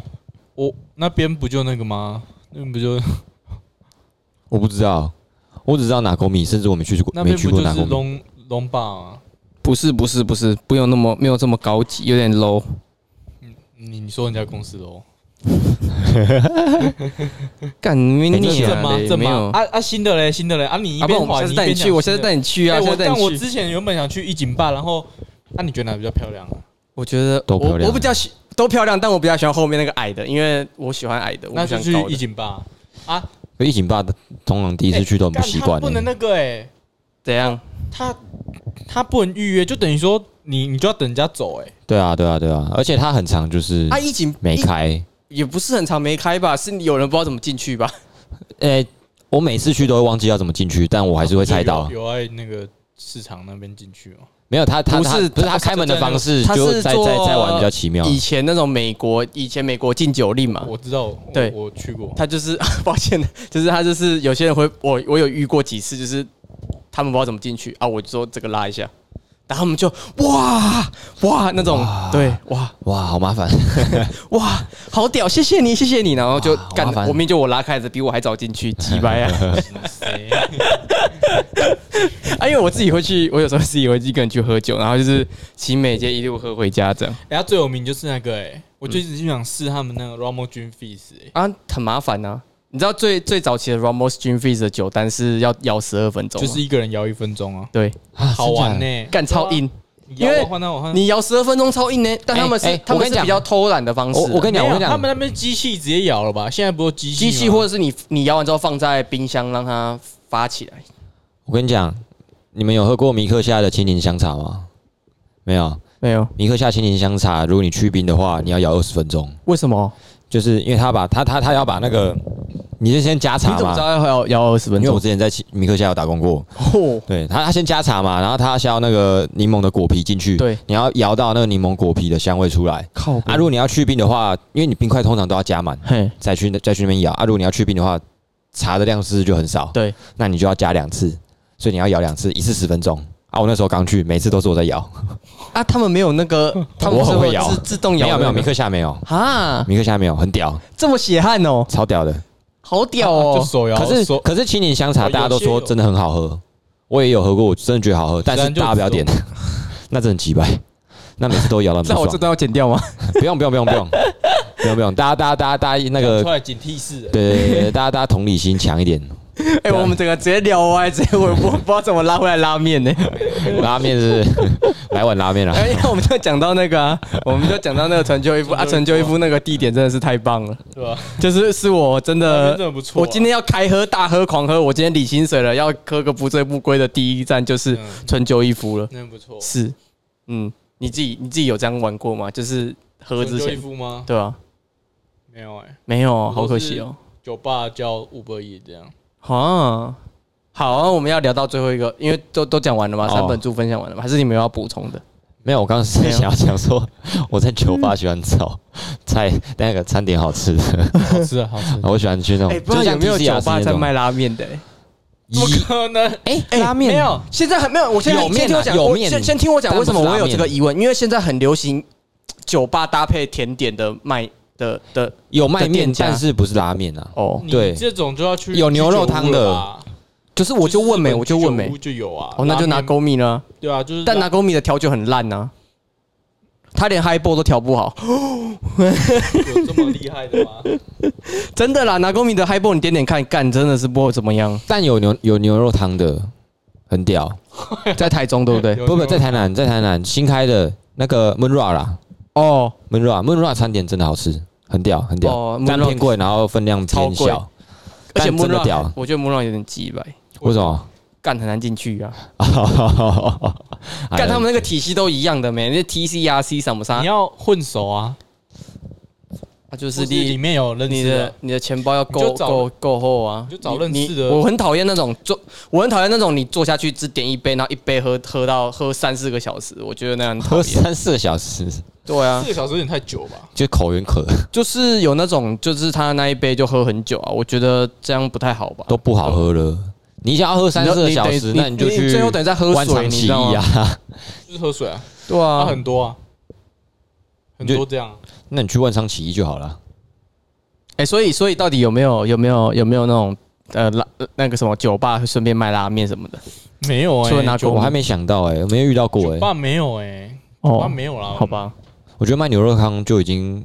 Speaker 3: 我那边不就那个吗？那边不就
Speaker 2: 我不知道，我只知道哪公米，甚至我没去过，
Speaker 3: 那
Speaker 2: 没
Speaker 3: 边
Speaker 2: 去
Speaker 3: 不
Speaker 2: 过
Speaker 3: 就
Speaker 2: 哪
Speaker 3: 是
Speaker 2: 公米。
Speaker 3: 龙龙坝啊？
Speaker 1: 不是不是不是，不用那么没有这么高级，有点 low。
Speaker 3: 你你说人家公司哦？
Speaker 1: 干你
Speaker 2: 哎这
Speaker 1: 你
Speaker 2: 是
Speaker 3: 正
Speaker 1: 啊
Speaker 3: 吗
Speaker 1: 嘞，？
Speaker 3: 正
Speaker 1: 没
Speaker 3: 吗
Speaker 1: 有？。
Speaker 3: 啊啊，新的嘞，新的嘞！啊，你一
Speaker 1: 啊，不然
Speaker 3: 边
Speaker 1: 我
Speaker 3: 滑
Speaker 1: 下
Speaker 3: 一
Speaker 1: 次
Speaker 3: 边
Speaker 1: 带你去，
Speaker 3: 讲
Speaker 1: 我下次
Speaker 3: 新的
Speaker 1: 带你去啊，
Speaker 3: 哎
Speaker 1: 下
Speaker 3: 我
Speaker 1: 次带
Speaker 3: 但
Speaker 1: 你
Speaker 3: 我
Speaker 1: 去。
Speaker 3: 之前原本想去一景坝，然后那、你觉得哪比较漂亮啊？
Speaker 1: 我觉得
Speaker 2: 都漂
Speaker 1: 我
Speaker 2: 亮
Speaker 1: 我比较喜都漂亮，但我比较喜欢后面那个矮的，因为我喜欢矮的，我
Speaker 3: 那
Speaker 1: 不喜
Speaker 3: 就
Speaker 1: 欢
Speaker 3: 去
Speaker 1: 高
Speaker 3: 一
Speaker 1: 的。
Speaker 3: 景坝啊！
Speaker 2: 可疫情爸通常第
Speaker 3: 一
Speaker 2: 一次去都很不习惯
Speaker 3: 哎不能
Speaker 2: 欸。
Speaker 3: 那个哎、
Speaker 1: 怎样？
Speaker 3: 他他不能预约，就等于说你你就要等人家走哎、
Speaker 2: 对啊，对啊，对啊，而且他很长，就是
Speaker 1: 啊，一景
Speaker 2: 没
Speaker 1: 一
Speaker 2: 开。
Speaker 1: 也不是很长没开吧？是有人不知道怎么进去吧？
Speaker 2: 诶，呃我每次去都会忘记要怎么进去，但我还是会猜到。
Speaker 3: 啊有有爱那个市场那边进去哦、
Speaker 2: 没有他，他
Speaker 1: 不
Speaker 2: 他
Speaker 1: 是
Speaker 2: 不是他
Speaker 1: 他
Speaker 2: 开门的方式，
Speaker 1: 他是
Speaker 2: 就在
Speaker 1: 做
Speaker 2: 在在玩比较奇妙。
Speaker 1: 以前那种美国，以前美国禁酒令嘛，
Speaker 3: 我知道，我
Speaker 1: 对
Speaker 3: 我去 [laughs] 过，
Speaker 1: 他就是 [laughs] 抱歉，就是他就是有些人会，我我有遇过几次，就是他们不知道怎么进去啊，我就说这个拉一下，然后他们就哇哇那种对哇
Speaker 2: 哇，好麻烦，
Speaker 1: 哇好屌，谢谢你谢谢你，然后就
Speaker 2: 哇好
Speaker 1: 干
Speaker 2: 麻，烦
Speaker 1: 我明明就我拉开的比我还早进去，鸡掰啊！
Speaker 2: [laughs]
Speaker 3: [laughs] 谁
Speaker 1: 啊，因为我自己会去，我有时候自己会一个人去喝酒，然后就是骑美街一路喝回家这样
Speaker 3: 人家最有名就是那个哎、我就一直就想试他们那个 Ramo Gin Fizz 哎、
Speaker 1: 啊，很麻烦啊。你知道最最早期的 Ramos Gin Fizz 的酒单是要摇十二分钟
Speaker 3: 就
Speaker 1: 吗，
Speaker 2: 啊
Speaker 3: 是一个人摇一分钟啊，
Speaker 1: 对，
Speaker 3: 好玩呢、欸啊
Speaker 1: 干超硬。
Speaker 3: 你摇
Speaker 1: 因为
Speaker 3: 我换他我换，
Speaker 1: 你摇十二分钟超硬呢，但他们是、
Speaker 2: 哎哎
Speaker 1: 他
Speaker 2: 我
Speaker 1: 们
Speaker 2: 跟你
Speaker 1: 是
Speaker 2: 讲
Speaker 1: 比较偷懒的方式啊。
Speaker 2: 我我跟你讲，
Speaker 3: 没
Speaker 2: 我跟
Speaker 3: 有
Speaker 2: 你
Speaker 3: 他
Speaker 2: 讲
Speaker 3: 们，那边机器直接摇了吧？现在不是机器
Speaker 1: 机器
Speaker 3: 吗啊
Speaker 1: 或者是你你摇完之后放在冰箱让它发起来，
Speaker 2: 我跟你讲，你们有喝过米克夏的青柠香茶吗？没有，
Speaker 1: 没有？
Speaker 2: 米克夏青柠香茶，如果你去冰的话，你要摇二十分钟，
Speaker 1: 为什么？
Speaker 2: 就是因为他把他他他要把那个，你是先加
Speaker 1: 你
Speaker 2: 茶
Speaker 1: 怎么
Speaker 2: 嘛
Speaker 1: 知？道要摇摇二十分
Speaker 2: 因为我
Speaker 1: 钟？
Speaker 2: 之前在米克夏有打工过，
Speaker 1: 哦，
Speaker 2: 对他，他先加茶嘛，然后他先要那个柠檬的果皮进去，
Speaker 1: 对，
Speaker 2: 你要摇到那个柠檬果皮的香味出来。
Speaker 1: 靠
Speaker 2: 啊，如果你要去冰的话，因为你冰块通常都要加满，
Speaker 1: 嘿，
Speaker 2: 再去再去那边摇。啊，如果你要去冰的话，茶的量是不是就很少？
Speaker 1: 对，
Speaker 2: 那你就要加两次，所以你要摇两次，一次十分钟。啊，啊，我那时候刚去，每次都是我在摇，
Speaker 1: 啊，他们没有那个，他们
Speaker 2: 我
Speaker 1: 是
Speaker 2: 很会
Speaker 1: 会
Speaker 2: 摇
Speaker 1: 自自动
Speaker 2: 没
Speaker 1: 摇
Speaker 2: 有
Speaker 1: 的
Speaker 2: 没有，
Speaker 1: 那
Speaker 2: 米
Speaker 1: 个
Speaker 2: 克夏没有，
Speaker 1: 啊，
Speaker 2: 米克夏没有，很屌，
Speaker 1: 这么血汗哦，
Speaker 2: 超屌的。
Speaker 1: 好屌
Speaker 3: 啊就
Speaker 1: 哦，
Speaker 3: 手摇，
Speaker 2: 可是
Speaker 3: 手
Speaker 2: 可是青柠香茶
Speaker 3: 哦
Speaker 2: 大家都
Speaker 3: 有
Speaker 2: 说
Speaker 3: 些有
Speaker 2: 真的很好喝，我也有喝过，我真的觉得好喝，但是
Speaker 3: 虽然就
Speaker 2: 大家不要点，那真的几百，那每次都摇
Speaker 3: [laughs]
Speaker 2: 到很不
Speaker 1: 那我这
Speaker 2: 爽。
Speaker 1: 段要剪掉吗？
Speaker 2: 不用不用不用不用不用不用，大家大家大家大家那
Speaker 3: 讲
Speaker 2: 个
Speaker 3: 出来警惕式，
Speaker 2: 对对对对，大家大家同理心强一点。
Speaker 1: 哎，我们整个直接聊歪，直接我 [laughs] 不不知道怎么拉回来拉面呢。
Speaker 2: [laughs] 拉面是不是来碗拉面啊啦，
Speaker 1: [laughs] 哎，我们就讲到那个啊，我们就讲到那个陈秋一夫啊，陈秋一夫那个地点真的是太棒了，
Speaker 3: 对吧？
Speaker 1: 就是是我真
Speaker 2: 呃
Speaker 3: 那
Speaker 1: 的
Speaker 3: 边真的不错啊
Speaker 1: 我今天要开喝大喝狂喝，我今天领薪水了，要喝个不醉不归的第一站就是
Speaker 3: 嗯
Speaker 1: 春秋一夫了。
Speaker 3: 那不错。
Speaker 1: 是，嗯，你自己你自己有这样玩过吗？就是喝之
Speaker 3: 有一
Speaker 1: 前，
Speaker 3: 副吗？
Speaker 1: 对啊，
Speaker 3: 没有哎，
Speaker 1: 没有，
Speaker 3: 是
Speaker 1: 好可惜哦。
Speaker 3: 酒吧叫五百亿这样。
Speaker 1: 啊，好啊，我们要聊到最后一个，因为都都讲完了嘛，
Speaker 2: 哦
Speaker 1: 三本柱分享完了嘛，还是你们有要补充的？
Speaker 2: 没有，我刚刚是想要讲说，我在酒吧喜欢找菜，那个餐点好吃的，
Speaker 1: [laughs]
Speaker 3: 好吃啊，好 [laughs] 吃
Speaker 2: 我喜欢去那种，
Speaker 1: 哎，不知道
Speaker 2: 就
Speaker 1: 有
Speaker 2: 像
Speaker 1: 没有
Speaker 2: TCR
Speaker 1: 酒吧
Speaker 2: 是那
Speaker 1: 在
Speaker 2: 种
Speaker 1: 卖拉面的？哎
Speaker 3: 怎么可能？
Speaker 1: 哎、
Speaker 2: 哎
Speaker 1: 拉面
Speaker 3: 没有，
Speaker 1: 现在很没有。我现在
Speaker 2: 有面
Speaker 1: 先
Speaker 2: 啊
Speaker 1: 听我讲，
Speaker 2: 有
Speaker 1: 我
Speaker 2: 面
Speaker 1: 先先听我讲
Speaker 2: 但
Speaker 1: 为什么
Speaker 2: 不是
Speaker 1: 我
Speaker 2: 拉
Speaker 1: 有
Speaker 2: 面
Speaker 1: 这个疑问，因为现在很流行酒吧搭配甜点的卖的的
Speaker 2: 有卖面
Speaker 1: 店，家
Speaker 2: 但是不是拉面啊？
Speaker 1: 哦
Speaker 3: 你
Speaker 2: 对
Speaker 3: 这种就要去
Speaker 2: 有牛肉汤的
Speaker 3: 居酒屋了吧，
Speaker 1: 就是我就问没，我就问
Speaker 3: 居酒
Speaker 1: 没
Speaker 3: 屋，就有啊。
Speaker 1: 哦，那就拿
Speaker 3: 拉面
Speaker 1: 勾米呢，
Speaker 3: 对啊，就是
Speaker 1: 但拿勾米的调酒很烂呐、他连 high ball 都调不好， [laughs]
Speaker 3: 有这么厉害的吗？
Speaker 1: 真的啦，拿勾米的 high ball 你点点看，干真的是不会怎么 [laughs] 样，
Speaker 2: 但有牛有牛肉汤的，很屌。
Speaker 1: 在台中对不对？
Speaker 3: 有
Speaker 2: 不
Speaker 3: 牛
Speaker 2: 不，
Speaker 3: 肉
Speaker 2: 在台南，在台南新开的那个 Munra 啦
Speaker 1: 哦，
Speaker 2: ，Munra Munra 餐点真的好吃，很屌很屌，
Speaker 1: 哦
Speaker 2: 但
Speaker 1: Munra
Speaker 2: 偏贵，然后分量
Speaker 1: 超
Speaker 2: 偏
Speaker 1: 贵
Speaker 2: 小。
Speaker 1: 而且
Speaker 2: 但真的
Speaker 1: Moonlight-
Speaker 2: 屌
Speaker 1: 我觉得 Moonlight 有点鸡掰，
Speaker 2: 为什么？
Speaker 1: 干很难进去啊，[laughs]
Speaker 2: 哎
Speaker 1: 干他们那个体系都一样的没，那 TCRC 什么啥
Speaker 3: 你，要混熟啊，
Speaker 1: 它就
Speaker 3: 就是
Speaker 1: 是
Speaker 3: 里
Speaker 1: 第
Speaker 3: 面有认
Speaker 1: 你
Speaker 3: 识
Speaker 1: 的
Speaker 3: 的，啊
Speaker 1: 你的钱包要
Speaker 3: 你
Speaker 1: 够
Speaker 3: 就找
Speaker 1: 够够厚啊！
Speaker 3: 你就找认识
Speaker 1: 你
Speaker 3: 的
Speaker 1: 你我很讨厌那种坐，我很讨厌那种你坐下去只点一杯，然后一杯喝喝到喝三四个小时，我觉得那样很讨
Speaker 2: 喝
Speaker 1: 厌。
Speaker 2: 三四个小时，
Speaker 1: 对啊
Speaker 3: 四，个小时有点太久吧？
Speaker 2: 就口有点渴，
Speaker 1: 就是有那种就是他那一杯就喝很久啊，我觉得这样不太好吧？
Speaker 2: 都不好喝了。你想要喝三四个小
Speaker 1: 你
Speaker 2: 时，那
Speaker 1: 等于
Speaker 2: 就去
Speaker 1: 最后等于在喝
Speaker 2: 官
Speaker 1: 水，
Speaker 2: 场
Speaker 1: 你
Speaker 2: 起
Speaker 1: 知道
Speaker 2: 义
Speaker 1: 吗？
Speaker 2: 啊， [laughs]
Speaker 3: 就是喝水啊，
Speaker 1: 对
Speaker 3: 啊
Speaker 1: 啊，
Speaker 3: 很多啊，很
Speaker 2: 你就
Speaker 3: 多这样啊。
Speaker 2: 那你去万商起义就好了。
Speaker 1: 哎，所以所以到底有没有有没有有没有那种呃拉呃那个什么酒吧顺便卖拉面什么的？
Speaker 3: 没有哎、
Speaker 1: 除了拿
Speaker 3: 酒
Speaker 1: 狗
Speaker 2: 我还没想到哎，没有遇到过
Speaker 3: 酒
Speaker 2: 哎。
Speaker 3: 吧没有哎、酒吧没有啦，
Speaker 1: 哦好，吧，
Speaker 2: 我觉得卖牛肉汤就已经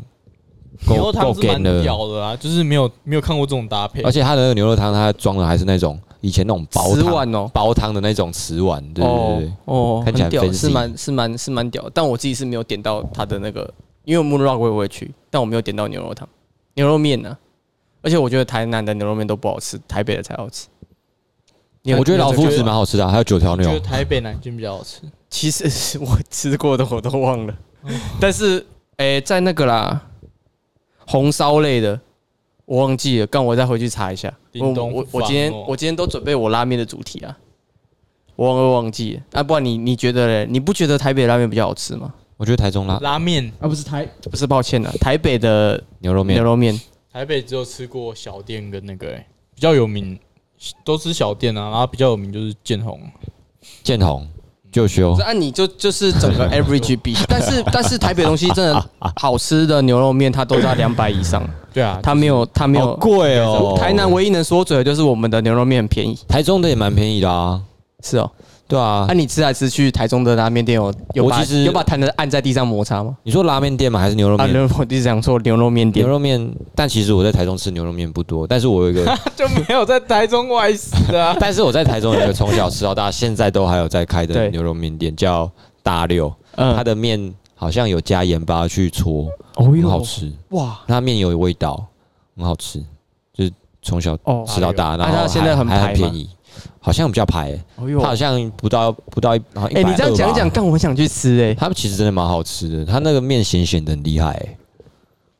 Speaker 3: 牛肉
Speaker 2: 够
Speaker 3: 汤
Speaker 2: 够
Speaker 3: 是
Speaker 2: 干
Speaker 3: 蛮
Speaker 2: 了，
Speaker 3: 屌的啊，就是没有没有看过这种搭配，
Speaker 2: 而且它的那个牛肉汤，它装的还是那种以前那种煲
Speaker 1: 十
Speaker 2: 汤、
Speaker 1: 碗哦。
Speaker 2: 煲汤的那种瓷碗，对对对对。
Speaker 1: 哦，
Speaker 2: 看起来
Speaker 1: 很屌，
Speaker 2: fancy
Speaker 1: 是蛮是蛮是蛮屌，但我自己是没有点到他的那个，因为我 Moon Rock 我也会去，但我没有点到牛肉汤、牛肉面呢、啊而且我觉得台南的牛肉面都不好吃，台北的才好吃。你有
Speaker 2: 我觉得老
Speaker 1: 你有
Speaker 2: 夫
Speaker 1: 这
Speaker 2: 子
Speaker 1: 个
Speaker 2: 蛮好吃的啊，还有九条
Speaker 3: 我觉得
Speaker 2: 牛，
Speaker 3: 台北南京比较好吃。
Speaker 1: 其实是我吃过的我都忘了，但是诶、在那个啦，红烧类的我忘记了，刚我再回去查一下。我
Speaker 3: 叮咚
Speaker 1: 我
Speaker 3: 不
Speaker 1: 我
Speaker 3: 放
Speaker 1: 今天
Speaker 3: 哦
Speaker 1: 我今天都准备我拉面的主题啊，我忘我忘记了。啊，不然你你觉得嘞？你不觉得台北拉面比较好吃吗？
Speaker 2: 我觉得台中啦
Speaker 3: 拉面，
Speaker 1: 啊，不是台，不是抱歉了，啊台北的
Speaker 2: 牛肉
Speaker 1: 牛
Speaker 2: 面，
Speaker 1: 肉面
Speaker 3: 台北只有吃过小店跟那个、欸、比较有名，都吃小店啊，然后比较有名就是建宏，
Speaker 2: 建宏就修
Speaker 1: 不是，啊，你就就是整 [laughs] 个 average 比，但是但是台北东西真的好吃的牛肉面，它都在两百以上，
Speaker 3: 对 [laughs] 啊，
Speaker 1: 它没有它没
Speaker 2: 好
Speaker 1: 有。
Speaker 2: 贵哦。
Speaker 1: 台南唯一能说嘴的就是我们的牛肉面很便宜，
Speaker 2: 台中的也蛮便宜的啊，
Speaker 1: 是哦。
Speaker 2: 对啊
Speaker 1: 那。你吃来吃去，台中的拉面店有有
Speaker 2: 我
Speaker 1: 把
Speaker 2: 其实
Speaker 1: 有把台南的按在地上摩擦吗？
Speaker 2: 你说拉面店吗？还是牛肉
Speaker 1: 啊，
Speaker 2: 面？
Speaker 1: 牛我一直讲错牛肉面
Speaker 2: 牛
Speaker 1: 店，
Speaker 2: 肉面，但其实我在台中吃牛肉面不多，但是我
Speaker 1: [laughs]
Speaker 2: 有一个，。
Speaker 3: 就没有在台中外食啊
Speaker 2: 但是我在台中有一个从小吃到大，现在都还有在开的
Speaker 1: 对
Speaker 2: 牛肉面店，叫大六。它
Speaker 1: 嗯，
Speaker 2: 的面好像有加盐巴去搓，
Speaker 1: 哦
Speaker 2: 很好，吃。
Speaker 1: 哇，
Speaker 2: 它面有味道，很好吃，就是从小
Speaker 1: 哦，
Speaker 2: 吃到大，
Speaker 1: 那
Speaker 2: 然
Speaker 1: 它
Speaker 2: 后
Speaker 1: 现在
Speaker 2: 还
Speaker 1: 很
Speaker 2: 还
Speaker 1: 排
Speaker 2: 很便
Speaker 1: 吗
Speaker 2: 宜，好像比较排欸，
Speaker 1: 哦
Speaker 2: 它
Speaker 1: 呦
Speaker 2: 好，像不到不到一，好像
Speaker 1: 哎，你这样
Speaker 2: 120
Speaker 1: 讲一
Speaker 2: 吧
Speaker 1: 讲，。但我很想去吃哎，
Speaker 2: 他们其实真的蛮好吃的，它那个面咸咸的很厉害欸，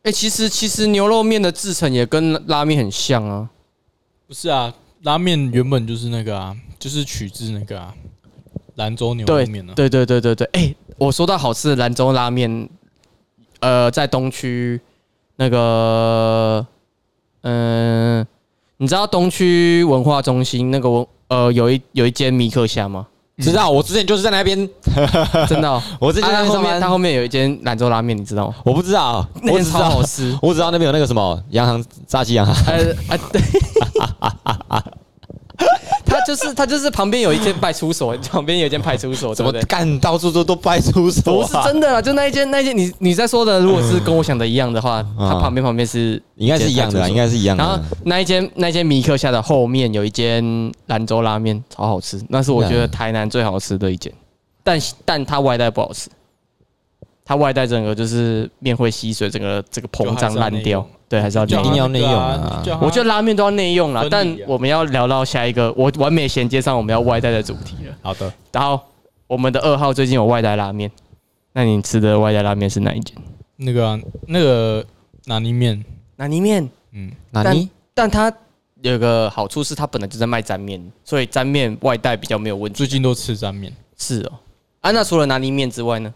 Speaker 1: 哎，其实其实牛肉面的制成也跟拉面很像啊，
Speaker 3: [laughs] 不是啊，拉面原本就是那个啊，就是取自那个啊，兰州牛
Speaker 1: 对
Speaker 3: 肉面啊。
Speaker 1: 对对对对对，哎，我说到好吃的兰州拉面，呃，在东区那个，嗯，呃
Speaker 2: [laughs]
Speaker 1: 你知道东区文化中心那个文呃有一有一间米克虾吗？
Speaker 2: 知道，我之前就是在那边，
Speaker 1: 真的哦。
Speaker 2: 我之前
Speaker 1: 啊
Speaker 2: 在
Speaker 1: 他
Speaker 2: 那边
Speaker 1: 后
Speaker 2: 上
Speaker 1: 面他
Speaker 2: 班，
Speaker 1: 后面有一间兰州拉面，你知道吗？
Speaker 2: 我不知道，
Speaker 1: 那
Speaker 2: 我
Speaker 1: 间
Speaker 2: 只知
Speaker 1: 超
Speaker 2: 道
Speaker 1: 好，
Speaker 2: [laughs]
Speaker 1: 吃。
Speaker 2: 我只知道那边有那个什么洋行炸鸡洋行，
Speaker 1: 呃啊，
Speaker 2: [laughs]
Speaker 1: 对，他就是他就是旁边有一间派出所，旁边有一间派出所，
Speaker 2: 怎
Speaker 1: 对不
Speaker 2: 么
Speaker 1: 对？
Speaker 2: 干到处都都派出所
Speaker 1: 不
Speaker 2: 啊？
Speaker 1: 是真的啦，就那一间那一间，你你在说的，如果是跟我想的一样的话，它旁边旁边是
Speaker 2: 应该是一样的啦，应该是一样的
Speaker 1: 然后
Speaker 2: 啦。
Speaker 1: 那一间那一间米克夏的后面有一间兰州拉面，超好吃，那是我觉得台南最好吃的一间，但但它外带不好吃，它外带整个就是面会吸水，整个这个膨胀烂掉，对，还是要内
Speaker 3: 叫
Speaker 2: 一定
Speaker 1: 用。
Speaker 2: 要
Speaker 3: 他那
Speaker 2: 内
Speaker 3: 个
Speaker 2: 用
Speaker 3: 啊
Speaker 2: 啊
Speaker 3: 叫他
Speaker 1: 我觉得拉面都要内用啦，
Speaker 3: 分
Speaker 1: 但
Speaker 3: 离啊
Speaker 1: 我们要聊到下一个，我完美衔接上我们要外带的主题了。
Speaker 3: 好的，
Speaker 1: 然后我们的二号最近有外带拉面，那你吃的外带拉面是哪一间？
Speaker 3: 那个啊那个拿捏面，
Speaker 1: 哪里面？
Speaker 3: 嗯，
Speaker 2: 那
Speaker 1: 但
Speaker 2: 你
Speaker 1: 但它有个好处是，它本来就在卖沾面，所以沾面外带比较没有问题。
Speaker 3: 最近都吃沾面，
Speaker 1: 是哦，啊，那除了拿里面之外呢？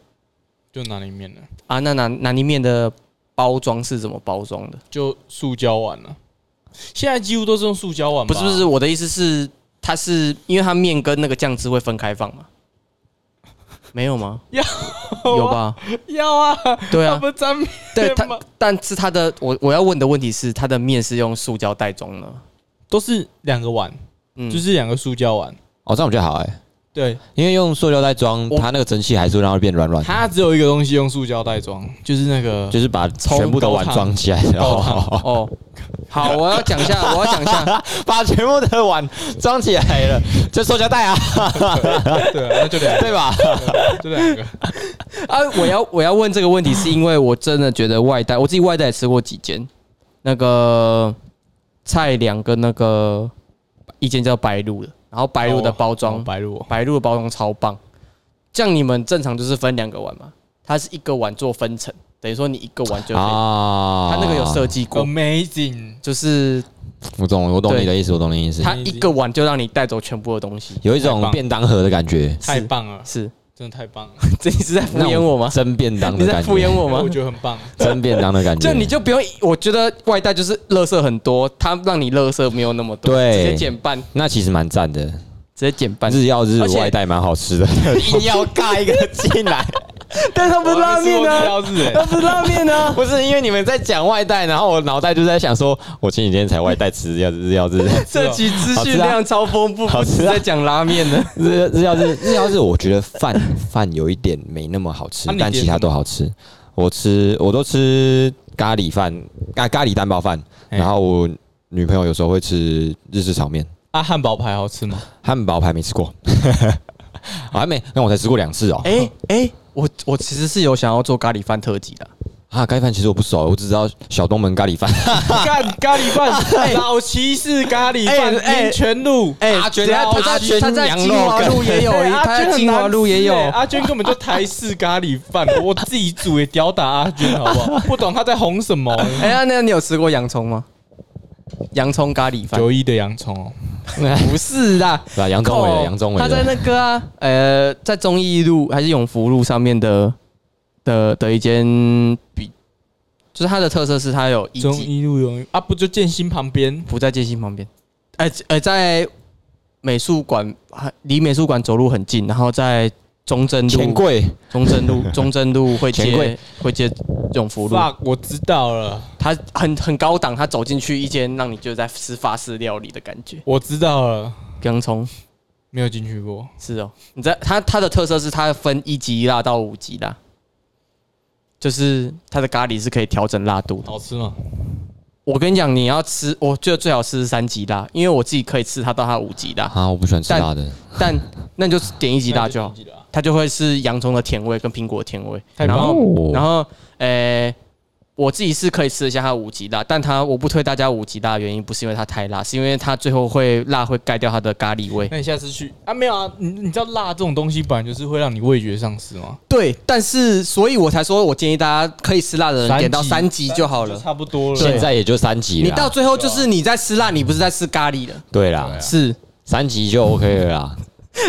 Speaker 3: 就拿捏面了，
Speaker 1: 啊，那拿拿里面的包装是怎么包装的？
Speaker 3: 就塑胶碗了。现在几乎都是用塑胶碗吧，
Speaker 1: 不是不是，我的意思是，它是因为它面跟那个酱汁会分开放嘛？ [laughs] 没有吗？
Speaker 3: 有
Speaker 1: [laughs] 有吧？
Speaker 3: [laughs] 要啊，
Speaker 1: 对 [laughs]
Speaker 3: 它
Speaker 1: 啊
Speaker 3: 不，是沾面
Speaker 1: 对
Speaker 3: 吗
Speaker 1: 它，但是它的我我要问的问题是，它的面是用塑胶袋装的吗，
Speaker 3: 都是两个碗，
Speaker 1: 嗯，
Speaker 3: 就是两个塑胶碗，
Speaker 2: 哦，这样我觉得好哎，
Speaker 3: 对，
Speaker 2: 因为用塑料袋装，
Speaker 1: 我
Speaker 2: 它那个蒸汽还是会让它变软软的，
Speaker 3: 它只有一个东西用塑胶袋装，就是
Speaker 1: [laughs]
Speaker 3: 那个
Speaker 2: 就是把全部的碗装起来，然
Speaker 3: 高汤
Speaker 2: 后
Speaker 1: 哦，好，我要讲一下，我要讲一下，
Speaker 2: 把全部的碗装起来了，就塑胶袋啊，
Speaker 3: [laughs] 对啊，那就两
Speaker 2: 对吧？
Speaker 3: 个，就两个，
Speaker 1: 啊，我要我要问这个问题，是因为我真的觉得外带，我自己外带也吃过几间，那个菜两跟那个一间叫白鹿的，然后白鹿的包装，
Speaker 3: 哦白鹿哦，
Speaker 1: 白鹿的包装超棒。这样你们正常就是分两个碗嘛，它是一个碗做分层，等于说你一个碗就可以。
Speaker 2: 啊
Speaker 1: 它那个有设计过，
Speaker 3: 哦 Amazing，
Speaker 1: 就是
Speaker 2: 我懂，我懂你的意思，我懂你的意思。
Speaker 1: 它一个碗就让你带走全部的东西。
Speaker 2: 有一
Speaker 3: 太
Speaker 2: 种
Speaker 3: 棒
Speaker 2: 便当盒的感觉，
Speaker 3: 太棒了，
Speaker 1: 是，
Speaker 3: 真的太棒了，
Speaker 1: 这你是在敷衍我吗？
Speaker 2: 真便当
Speaker 1: 你
Speaker 2: 的
Speaker 1: 在
Speaker 2: 感
Speaker 1: 敷衍
Speaker 2: 觉，
Speaker 1: 哦我吗
Speaker 3: 我？觉得很
Speaker 1: [laughs]
Speaker 3: 棒，
Speaker 2: 真便当的感觉。
Speaker 1: 就你就不用，我觉得外带就是垃圾很多，它让你垃圾没有那么多，
Speaker 2: 对
Speaker 1: 直接减半，直
Speaker 2: 那其实蛮赞的，
Speaker 1: 接减半。
Speaker 2: 日料日
Speaker 1: 而且
Speaker 2: 外带蛮好吃的，硬要尬一个进来，
Speaker 1: 但它不是拉面呢、
Speaker 3: 标志
Speaker 1: [laughs] 它不是拉面呢、啊
Speaker 2: 不是因为你们在讲外带，然后我脑袋就在想说，我前几天才外带吃日料日料日
Speaker 1: 这期资讯量超丰富，
Speaker 2: 好
Speaker 1: 不
Speaker 2: 吃啊
Speaker 1: 是在讲拉面呢。
Speaker 2: 日日料日日料日，我觉得饭饭有一点没那么好吃
Speaker 3: 啊，你
Speaker 2: 但
Speaker 3: 点
Speaker 2: 其他
Speaker 3: 什么
Speaker 2: 都好吃。我吃我都吃咖喱饭啊，咖喱蛋包饭，
Speaker 3: 哎
Speaker 2: 然后我女朋友有时候会吃日式炒面，
Speaker 3: 啊，汉堡排好
Speaker 1: [laughs]
Speaker 3: 吃吗？
Speaker 2: 汉堡排没吃过，啊还没，那我才吃过两次哦。
Speaker 1: [laughs] 哎哎、我我其实是有想要做咖喱饭特辑的，
Speaker 2: 啊，咖喱饭其实我不熟，我只知道小东门咖喱饭。
Speaker 3: 干咖喱
Speaker 1: [laughs]
Speaker 3: 饭，老骑士咖喱
Speaker 1: 哎
Speaker 3: 饭，
Speaker 1: 哎
Speaker 3: 林泉路。
Speaker 1: 哎
Speaker 2: 阿娟
Speaker 1: 等一下
Speaker 2: 哦
Speaker 1: 他
Speaker 2: 阿
Speaker 1: 在
Speaker 2: 娟
Speaker 1: 他在
Speaker 2: 羊
Speaker 1: 金
Speaker 2: 肉
Speaker 1: 华
Speaker 2: 羹
Speaker 1: 路 [laughs] 也有
Speaker 3: 哎，
Speaker 1: 他
Speaker 3: 阿娟
Speaker 1: 在
Speaker 3: 很
Speaker 1: 金华
Speaker 3: 难
Speaker 1: 路也
Speaker 3: 吃
Speaker 1: 有
Speaker 3: 哎，阿娟根本就台式咖喱
Speaker 1: [laughs]
Speaker 3: 饭，我自己煮也屌打阿娟，好不好？不懂她在红
Speaker 1: [laughs]
Speaker 3: 什么。
Speaker 1: 哎、呀，那你有吃过洋葱吗？洋葱咖喱饭
Speaker 3: 九一的洋葱哦，
Speaker 1: [laughs] 不是啦，
Speaker 2: 对啊，杨宗纬
Speaker 1: 靠
Speaker 2: 的，杨宗纬
Speaker 1: 他在
Speaker 2: 的。
Speaker 1: 那个啊， [laughs] 呃，在忠义路还是永福路上面的的的一间比，就是它的特色是它有一
Speaker 3: 中
Speaker 1: 级
Speaker 3: 一路永啊，不就建新旁边？
Speaker 1: 不在街心旁边，呃呃，在美术馆还离美术馆走路很近，然后在中正
Speaker 2: 钱
Speaker 1: 路、
Speaker 2: 柜
Speaker 1: 中正
Speaker 2: [laughs]
Speaker 1: 路、中正路会
Speaker 2: 钱
Speaker 1: 接
Speaker 2: 柜
Speaker 1: 会接永福路，
Speaker 3: fuck，我知道了，
Speaker 1: 它很很高档，它走进去一间让你就在吃法式料理的感觉，
Speaker 3: 我知道了，
Speaker 1: 洋葱。
Speaker 3: 没有进去过。
Speaker 1: 是哦，你在它它的特色是它分一级辣到五级辣，就是它的咖喱是可以调整辣度的。
Speaker 3: 好吃吗？
Speaker 1: 我跟你讲，你要吃，我觉得最好吃是三级辣，因为我自己可以吃它到它五级辣，
Speaker 2: 啊，我不喜欢吃
Speaker 1: 但
Speaker 2: 辣的。
Speaker 1: [laughs] 但那你就点一级辣就好，
Speaker 3: 那了啊。
Speaker 1: 它就会是洋葱的甜味跟苹果的甜味。
Speaker 3: 太
Speaker 1: 然
Speaker 3: 棒
Speaker 1: 后
Speaker 3: 了，
Speaker 2: 哦
Speaker 1: 然后呃，我自己是可以吃得下它五级辣，但它我不推大家五级辣的原因不是因为它太辣，是因为它最后会辣会盖掉它的咖喱味。
Speaker 3: 那你下次去啊？没有啊，你你知道辣这种东西本来就是会让你味觉丧失吗？
Speaker 1: 对，但是所以我才说我建议大家可以吃辣的人
Speaker 3: 三
Speaker 1: 点嗯到
Speaker 3: 级
Speaker 1: 三级就好了。
Speaker 3: 差不多了。
Speaker 2: 现在也就三级
Speaker 1: 你
Speaker 2: 了
Speaker 1: 到
Speaker 2: 啦。
Speaker 1: 最后就是你在吃辣，你不是在吃咖喱了。
Speaker 2: 对啦
Speaker 3: 对，啊
Speaker 1: 是，
Speaker 2: 三级就 OK 了啦，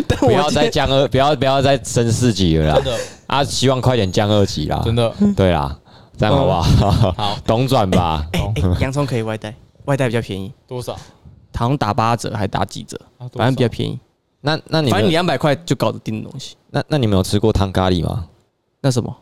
Speaker 1: 但
Speaker 2: 不要
Speaker 1: [laughs] 我
Speaker 2: 再
Speaker 1: 在
Speaker 2: 降二，不要不要再升四级了
Speaker 3: 真
Speaker 2: 啦。
Speaker 3: 的
Speaker 2: 啊，希望快点降二级啦。
Speaker 3: 真的
Speaker 2: 对啦，这样好不
Speaker 1: 嗯
Speaker 2: [laughs] 好？
Speaker 3: 好，
Speaker 2: 懂转吧。
Speaker 1: 哎哎，洋葱可以外带，外带比较便宜，
Speaker 3: 多少？啊
Speaker 1: 好像打八折还打几折，
Speaker 3: 啊多少
Speaker 1: 反正比较便宜。
Speaker 2: 那那你
Speaker 1: 反正
Speaker 2: 们
Speaker 1: 你两百块就搞得定的东西。
Speaker 2: 那那你们有吃过汤咖喱吗？
Speaker 1: 那什么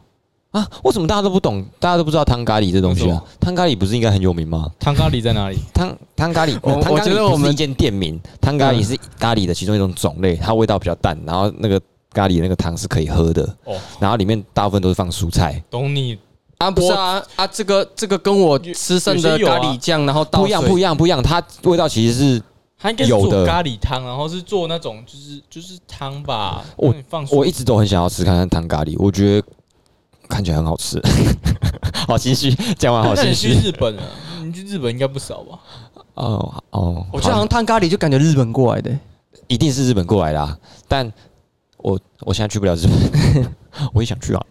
Speaker 2: 啊，为什么大家都不懂？大家都不知道汤咖喱这东西
Speaker 3: 为什
Speaker 2: 啊？汤咖喱不是应该很有名吗？
Speaker 3: 汤咖喱在哪里？
Speaker 2: 汤汤咖喱，
Speaker 1: 我
Speaker 2: 汤咖喱
Speaker 1: 我觉得
Speaker 2: 不是
Speaker 1: 我们嗯
Speaker 2: 一间店名，汤咖喱是咖喱的其中一种种类，它味道比较淡，然后那个咖喱的那个汤是可以喝的，
Speaker 3: 哦，
Speaker 2: 然后里面大部分都是放蔬菜，
Speaker 3: 懂你
Speaker 1: 啊？不是啊啊，这个这个跟我吃剩的
Speaker 3: 有些有
Speaker 1: 咖
Speaker 3: 啊
Speaker 1: 喱酱，然后倒
Speaker 2: 不一样，
Speaker 1: 水
Speaker 2: 不一样，不一样，它味道其实是
Speaker 3: 他应该是
Speaker 2: 有
Speaker 3: 做
Speaker 2: 的
Speaker 3: 咖喱汤，然后是做那种就是就是汤吧，
Speaker 2: 我
Speaker 3: 那你放
Speaker 2: 我一直都很想要吃看看汤咖喱，我觉得看起来很好吃， [laughs] 好心虚，讲完好
Speaker 3: 那
Speaker 2: 心
Speaker 3: 你去
Speaker 2: 虚。
Speaker 3: 日本啊？你去日本应该不少吧？
Speaker 2: 哦哦，
Speaker 1: 我觉得好
Speaker 2: 好
Speaker 1: 像汤咖喱就感觉日本过来的、
Speaker 2: 一定是日本过来的、啊，但我我现在去不了日本， [laughs] 我也想去啊，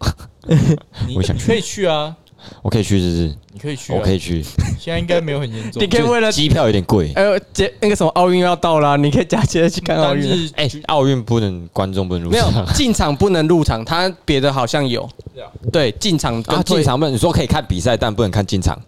Speaker 3: 你
Speaker 2: 我想
Speaker 3: 你可以去啊，我
Speaker 2: 我可以去，是不
Speaker 3: 你可以去、
Speaker 2: 是？
Speaker 3: 啊，
Speaker 2: 我可以去，
Speaker 3: 现在应该没有很严重。
Speaker 1: 你可以为了
Speaker 2: 就机票有点贵，
Speaker 1: 呃，节那个什么奥运要到啦，你可以 [laughs] 假期去看奥
Speaker 3: 但
Speaker 1: 运。
Speaker 3: 是
Speaker 2: 哎、奥运不能观众不能入
Speaker 1: 没有
Speaker 2: 场，
Speaker 1: 进场不能入场，他别的好像有
Speaker 3: 这样
Speaker 1: 对进场跟
Speaker 2: 啊，
Speaker 1: 退
Speaker 2: 进，场不能，你说可以看比赛，但不能看进场。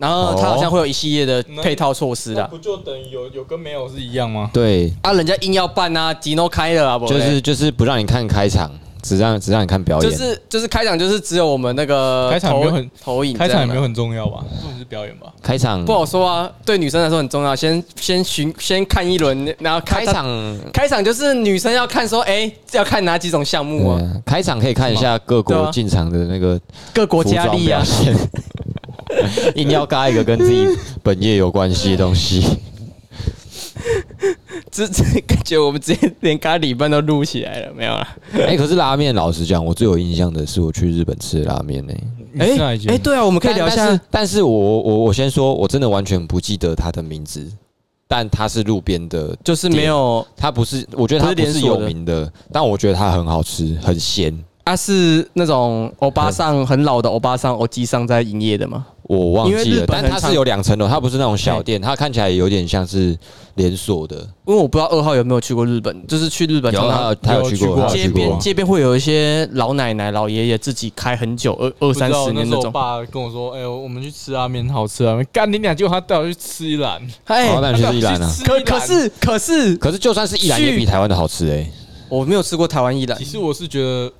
Speaker 1: 然后
Speaker 2: 哦
Speaker 1: 他好像会有一系列的配套措施
Speaker 3: 那
Speaker 1: 啦。
Speaker 3: 不就等于有有跟没有是一样吗？
Speaker 2: 对，
Speaker 1: 啊，人家硬要办啊，吉诺开了啊，不
Speaker 2: 就
Speaker 1: 嘞
Speaker 2: 是就是不让你看开场，只让只让你看表演。
Speaker 1: 就是就是开场就是只有我们那个
Speaker 3: 开场
Speaker 1: 投
Speaker 3: 没有很
Speaker 1: 投影，
Speaker 3: 开场也没有
Speaker 1: 有。
Speaker 3: 很重要吧？重点是表演吧？
Speaker 2: 开场
Speaker 1: 不好说啊，对女生来说很重要。先先巡，先看一轮，然后看
Speaker 2: 开场，
Speaker 1: 开场就是女生要看说，哎、要看哪几种项目啊？
Speaker 2: 对啊开场可以看一下各
Speaker 1: 对啊
Speaker 2: 国进场的那个
Speaker 1: 各国
Speaker 2: 服
Speaker 1: 佳
Speaker 2: 装
Speaker 1: 丽啊
Speaker 2: 表，现， [laughs] 硬要嘎一个跟自己本业有关系的
Speaker 1: [laughs]
Speaker 2: 东西。
Speaker 1: 这这感觉我们直接连咖喱饭都录起来了，没有啦？
Speaker 2: 哎、可是拉面，老实讲，我最有印象的是我去日本吃的拉面呢、
Speaker 3: 你是哪一间？
Speaker 1: 对啊，我们可以
Speaker 2: 但
Speaker 1: 聊一
Speaker 2: 但
Speaker 1: 下
Speaker 2: 是，但是我我我先说，我真的完全不记得它的名字，但它是路边的
Speaker 1: 就是没有
Speaker 2: 它不是，我觉得它
Speaker 1: 不是
Speaker 2: 不
Speaker 1: 连
Speaker 2: 是
Speaker 1: 锁
Speaker 2: 有
Speaker 1: 的
Speaker 2: 名的，但我觉得它很好吃，很鲜。
Speaker 1: 啊，是那种欧巴桑很老的欧巴桑、欧基桑在营业的吗？
Speaker 2: 我忘
Speaker 1: 因
Speaker 2: 记
Speaker 1: 为日
Speaker 2: 了，
Speaker 1: 本
Speaker 2: 但
Speaker 1: 很
Speaker 2: 它
Speaker 1: 常
Speaker 2: 是有两层楼，它不是那种小店，它看起来有点像是连锁的。
Speaker 1: 因为我不知道二号有没有去过日本，就是去日本常
Speaker 2: 他
Speaker 1: 常
Speaker 2: 他有
Speaker 3: 有
Speaker 2: 去
Speaker 3: 去
Speaker 2: 过，
Speaker 3: 过
Speaker 2: 他有
Speaker 1: 街
Speaker 2: 去
Speaker 1: 边
Speaker 2: 过。
Speaker 1: 街边会有一些老奶奶、老爷爷自己开很久二二
Speaker 3: 不知道
Speaker 1: 三十年
Speaker 3: 那时候
Speaker 1: 种
Speaker 3: 我。爸跟我说：“哎、我们去吃拉面，好吃啊！”干你俩，结果他带我去吃一兰，
Speaker 1: 哎
Speaker 2: 好，，那你去宜兰啊？
Speaker 1: 可可是可是
Speaker 2: 可是就算是宜兰，也比台湾的好吃哎。
Speaker 1: 我没有吃过台湾一兰
Speaker 3: 其，实我是觉得，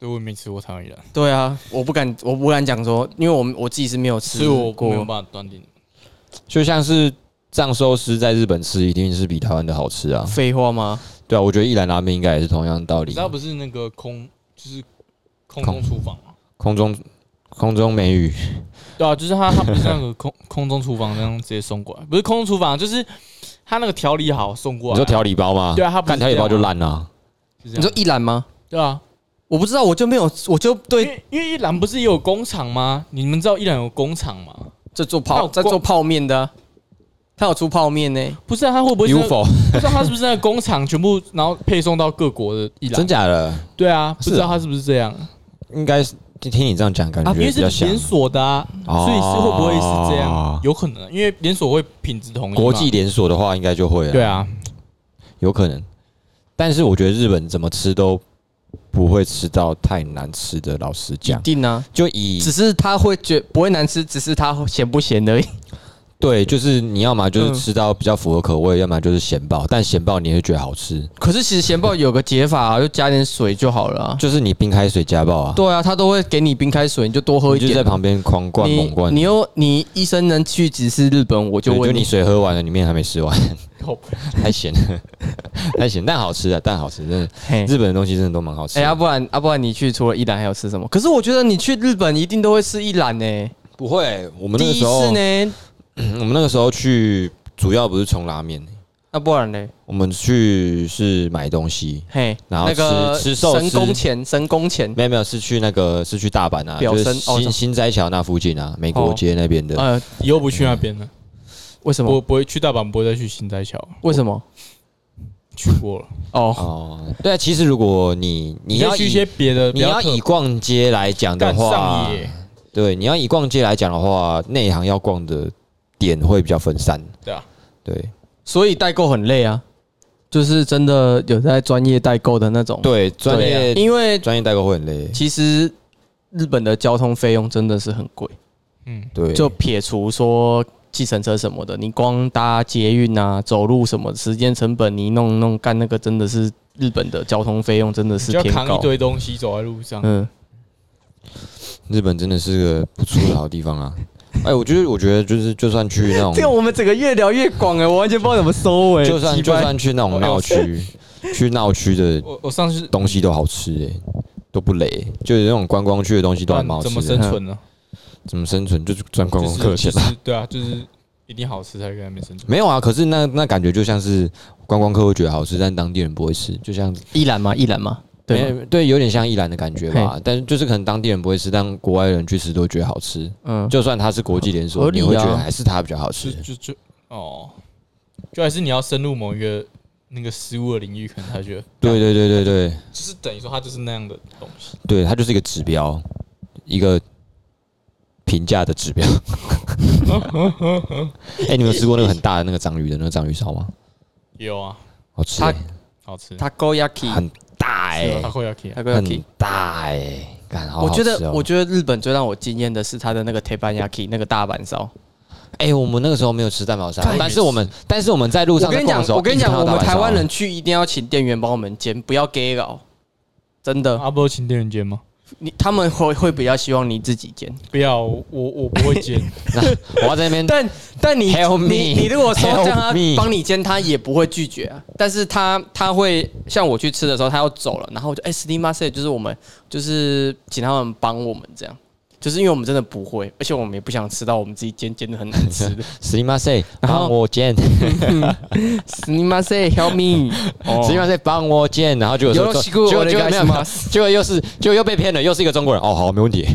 Speaker 3: 对我也没吃过台湾一兰，
Speaker 1: 对啊，我不敢我不敢讲说，因为我们我自己是没有吃
Speaker 3: 所以我没有
Speaker 1: 过。
Speaker 3: 办法断定。
Speaker 2: 就像是藏寿司在日本吃，一定是比台湾的好吃啊。
Speaker 1: 废话吗？
Speaker 2: 对啊，我觉得宜兰拉面应该也是同样的道
Speaker 3: 你
Speaker 2: 理
Speaker 3: 知。道不是那个空，就是空
Speaker 2: 空
Speaker 3: 中厨房啊吗？
Speaker 2: 空中空中美语，
Speaker 3: 对啊，就是他他不是那个空 [laughs] 空中厨房那样直接送过来，不是空中厨房，啊就是他那个调理好送过
Speaker 2: 你
Speaker 3: 来。
Speaker 2: 说调理包吗？
Speaker 3: 对啊它不是
Speaker 2: 干调理包就烂啊。
Speaker 3: 是这
Speaker 1: 你说
Speaker 3: 样，
Speaker 1: 一兰吗？
Speaker 3: 对啊，
Speaker 1: 我不知道，我就没有，我就
Speaker 3: 因
Speaker 1: 对
Speaker 3: 为因为一兰不是也有工厂吗？你们知道一兰有工厂吗？
Speaker 1: 这做
Speaker 3: 它
Speaker 1: 泡
Speaker 3: 有
Speaker 1: 在做泡面的啊，他有出泡面呢。
Speaker 3: 不是啊，他会不会是那个
Speaker 2: UFO
Speaker 3: 不知道他是不是那个工厂全部然后配送到各国的一兰
Speaker 2: 真？假的？
Speaker 3: 对啊，不
Speaker 2: 是啊
Speaker 3: 知道他是不是这样
Speaker 2: 应该是听你这样讲，感觉
Speaker 3: 啊？因为
Speaker 2: 比
Speaker 3: 是
Speaker 2: 较像
Speaker 3: 连锁的啊，
Speaker 2: 哦
Speaker 3: 所以是会不会是这样？有可能，啊因为连锁会品质统一嘛。
Speaker 2: 国际连锁的话，应该就会了。
Speaker 3: 对，啊，
Speaker 2: 有可能。但是我觉得日本怎么吃都不会吃到太难吃的。老实
Speaker 1: 一
Speaker 2: 讲，
Speaker 1: 定啊，
Speaker 2: 就以
Speaker 1: 只是他会觉不会难吃，只是他咸不咸而已。
Speaker 2: 对，就是你要么就
Speaker 1: 嗯
Speaker 2: 是吃到比较符合口味，要么就是咸爆。但咸爆你会觉得好吃，
Speaker 1: [laughs] 可是其实咸爆有个解法、啊，就加点水就好了、啊。
Speaker 2: 就是你冰开水加爆啊，
Speaker 1: 对啊，他都会给你冰开水，你就多喝一
Speaker 2: 你就
Speaker 1: 点。
Speaker 2: 在旁边狂灌猛灌
Speaker 1: 你。你又你医生能去几次日本，我就
Speaker 2: 对就
Speaker 1: 问
Speaker 2: 你
Speaker 1: 你。
Speaker 2: 水喝完了，里面还没吃完， [laughs]
Speaker 3: 靠
Speaker 2: 太咸了，太咸，但好吃啊，但好吃，真的，
Speaker 1: 嘿
Speaker 2: 日本的东西真的都蛮好吃
Speaker 1: 哎，
Speaker 2: 的。
Speaker 1: 要、不然要、不然你去除了一兰还有吃什么？可是我觉得你去日本一定都会吃一兰呢、
Speaker 2: 不会，我们那
Speaker 1: 第
Speaker 2: 个
Speaker 1: 一
Speaker 2: 时
Speaker 1: 次
Speaker 2: 候，
Speaker 1: 呢，
Speaker 2: 我们那个时候去主要不是冲拉面，
Speaker 1: 要、啊不然呢？
Speaker 2: 我们去是买东西，
Speaker 1: 嘿，
Speaker 2: 然后
Speaker 1: 那个
Speaker 2: 吃吃寿司
Speaker 1: 神宫前神宫前，
Speaker 2: 没有没有，是去那个是去大阪啊，
Speaker 1: 表
Speaker 2: 就是
Speaker 1: 参哦
Speaker 2: 新新斋桥那附近啊，美国街那边的。
Speaker 1: 呃，
Speaker 3: 以后不去那边了，
Speaker 1: 为什么？
Speaker 3: 我不会去大阪，不会再去新斋桥，
Speaker 1: 为什么？
Speaker 3: 去过了。
Speaker 1: 哦，
Speaker 2: 哦，对啊，其实如果你 [laughs] 你
Speaker 3: 可以
Speaker 2: 要
Speaker 3: 去一些
Speaker 2: 以
Speaker 3: 别的，
Speaker 2: 你要以逛街来讲的
Speaker 3: 干
Speaker 2: 话
Speaker 3: 上，野，
Speaker 2: 对，你要以逛街来讲的话，内行要逛的点会比较分散。
Speaker 3: 对啊，
Speaker 2: 对
Speaker 1: 所以代购很累啊，就是真的有在专业代购的那种。啊
Speaker 2: 对，专业
Speaker 3: 啊
Speaker 1: 因为
Speaker 2: 专业代购会很累。
Speaker 1: 其实日本的交通费用真的是很贵，
Speaker 3: 嗯，
Speaker 2: 对，
Speaker 1: 就撇除说计程车什么的，你光搭捷运啊、走路什么，时间成本你弄弄干那个真的是日本的交通费用真的是
Speaker 3: 就要
Speaker 1: 偏
Speaker 3: 扛
Speaker 1: 高
Speaker 3: 一。堆东西走在路上，
Speaker 1: 嗯，
Speaker 2: 日本真的是个不错的好地方
Speaker 3: [laughs]
Speaker 2: 啊！哎，我觉得，我觉得就是，就算去那种，
Speaker 1: 这个我们整个越聊越广哎、我完全不知道怎么收尾。
Speaker 2: 就算
Speaker 1: 鸡
Speaker 2: 就
Speaker 1: 掰
Speaker 2: 算去
Speaker 3: [laughs]
Speaker 2: 那种闹区，去闹区的
Speaker 3: 我我上次
Speaker 2: 东西都好吃哎、都不累、就是那种观光区的东西都还蛮好吃
Speaker 3: 啊怎
Speaker 2: 的。
Speaker 3: 么生存呢？
Speaker 2: 怎么生存？就是赚观
Speaker 3: 就
Speaker 2: 光客的
Speaker 3: 是
Speaker 2: 钱
Speaker 3: 就
Speaker 2: 吧。
Speaker 3: 是对啊，就是一定好吃才可以在那边生
Speaker 2: [laughs]
Speaker 3: 存。
Speaker 2: 没有啊，可是那那感觉就像是观光客会觉得好吃，但当地人不会吃，就像
Speaker 1: 一览嘛，一览嘛，对吗，
Speaker 2: 没对，有点像一兰的感觉吧。但是就是可能当地人不会吃，但国外人去吃都觉得好吃。
Speaker 1: 嗯，
Speaker 2: 就算它是国际连锁，
Speaker 1: 合理
Speaker 2: 你
Speaker 1: 啊
Speaker 2: 会觉得还 [laughs] 是它比较好
Speaker 3: 就
Speaker 2: 吃。
Speaker 3: 就就哦，就还是你要深入某一个那个食物的领域，可能他觉得
Speaker 2: 对对对对对
Speaker 3: 就是等于说他就是那样的东西。
Speaker 2: 对，它就是一个指标，一个评价的指标。哎、你们有吃过那个很大的那个章鱼的那个章鱼烧吗？
Speaker 3: 有啊，
Speaker 2: 好吃、欸，
Speaker 3: 好吃。
Speaker 1: 他 o yaki，
Speaker 2: 很大哎、
Speaker 3: 他会要啊 k
Speaker 1: 他 o
Speaker 2: 很
Speaker 1: yaki。
Speaker 2: 大哎、欸，干好好
Speaker 1: 欸我觉
Speaker 2: 吃
Speaker 1: 得，
Speaker 2: 哦
Speaker 1: 我觉得日本最让我惊艳的是他的那个 t e p a n y a k i 那个大阪烧。
Speaker 2: 哎、我们那个时候没有吃蛋堡
Speaker 3: 干
Speaker 2: 沙，但是我们但是我们在路
Speaker 1: 我
Speaker 2: 上
Speaker 1: 跟
Speaker 2: 在
Speaker 1: 你
Speaker 2: 逛
Speaker 1: 讲
Speaker 2: 的时，候
Speaker 1: 我跟你
Speaker 2: 一直
Speaker 1: 讲，
Speaker 2: 看
Speaker 1: 我
Speaker 2: 到
Speaker 1: 们
Speaker 2: 蛋堡
Speaker 1: 台湾
Speaker 2: 烧
Speaker 1: 人去一定要请店员帮我们煎，不要 gay 搞。真的，
Speaker 3: 阿波请店员煎吗？
Speaker 1: 你他们会会比较希望你自己煎，
Speaker 3: 不要，我我不会煎。
Speaker 2: 那我要在那边
Speaker 1: 但但你
Speaker 2: Help me
Speaker 1: [laughs] 你你如果说
Speaker 2: Help
Speaker 1: 叫他
Speaker 2: me
Speaker 1: 帮你煎，他也不会拒绝啊。但是他他会像我去吃的时候，他要走了，然后我就哎 s t e m a s 就是我们就是请他们帮我们这样，就是因为我们真的不会，而且我们也不想吃到我们自己煎煎的很难吃的。
Speaker 2: s i m a s e
Speaker 1: 然后
Speaker 2: 帮我煎 s
Speaker 1: s t e m a s help me，
Speaker 2: i m a s e 帮我煎，然后就有时候
Speaker 1: よろし
Speaker 2: 结
Speaker 1: く
Speaker 2: 果结
Speaker 1: お願
Speaker 2: 果没有
Speaker 1: い
Speaker 2: 没
Speaker 1: しま
Speaker 2: 有
Speaker 1: す
Speaker 2: 结果又是结果又被骗了，又是一个中国人。哦，好，没问题。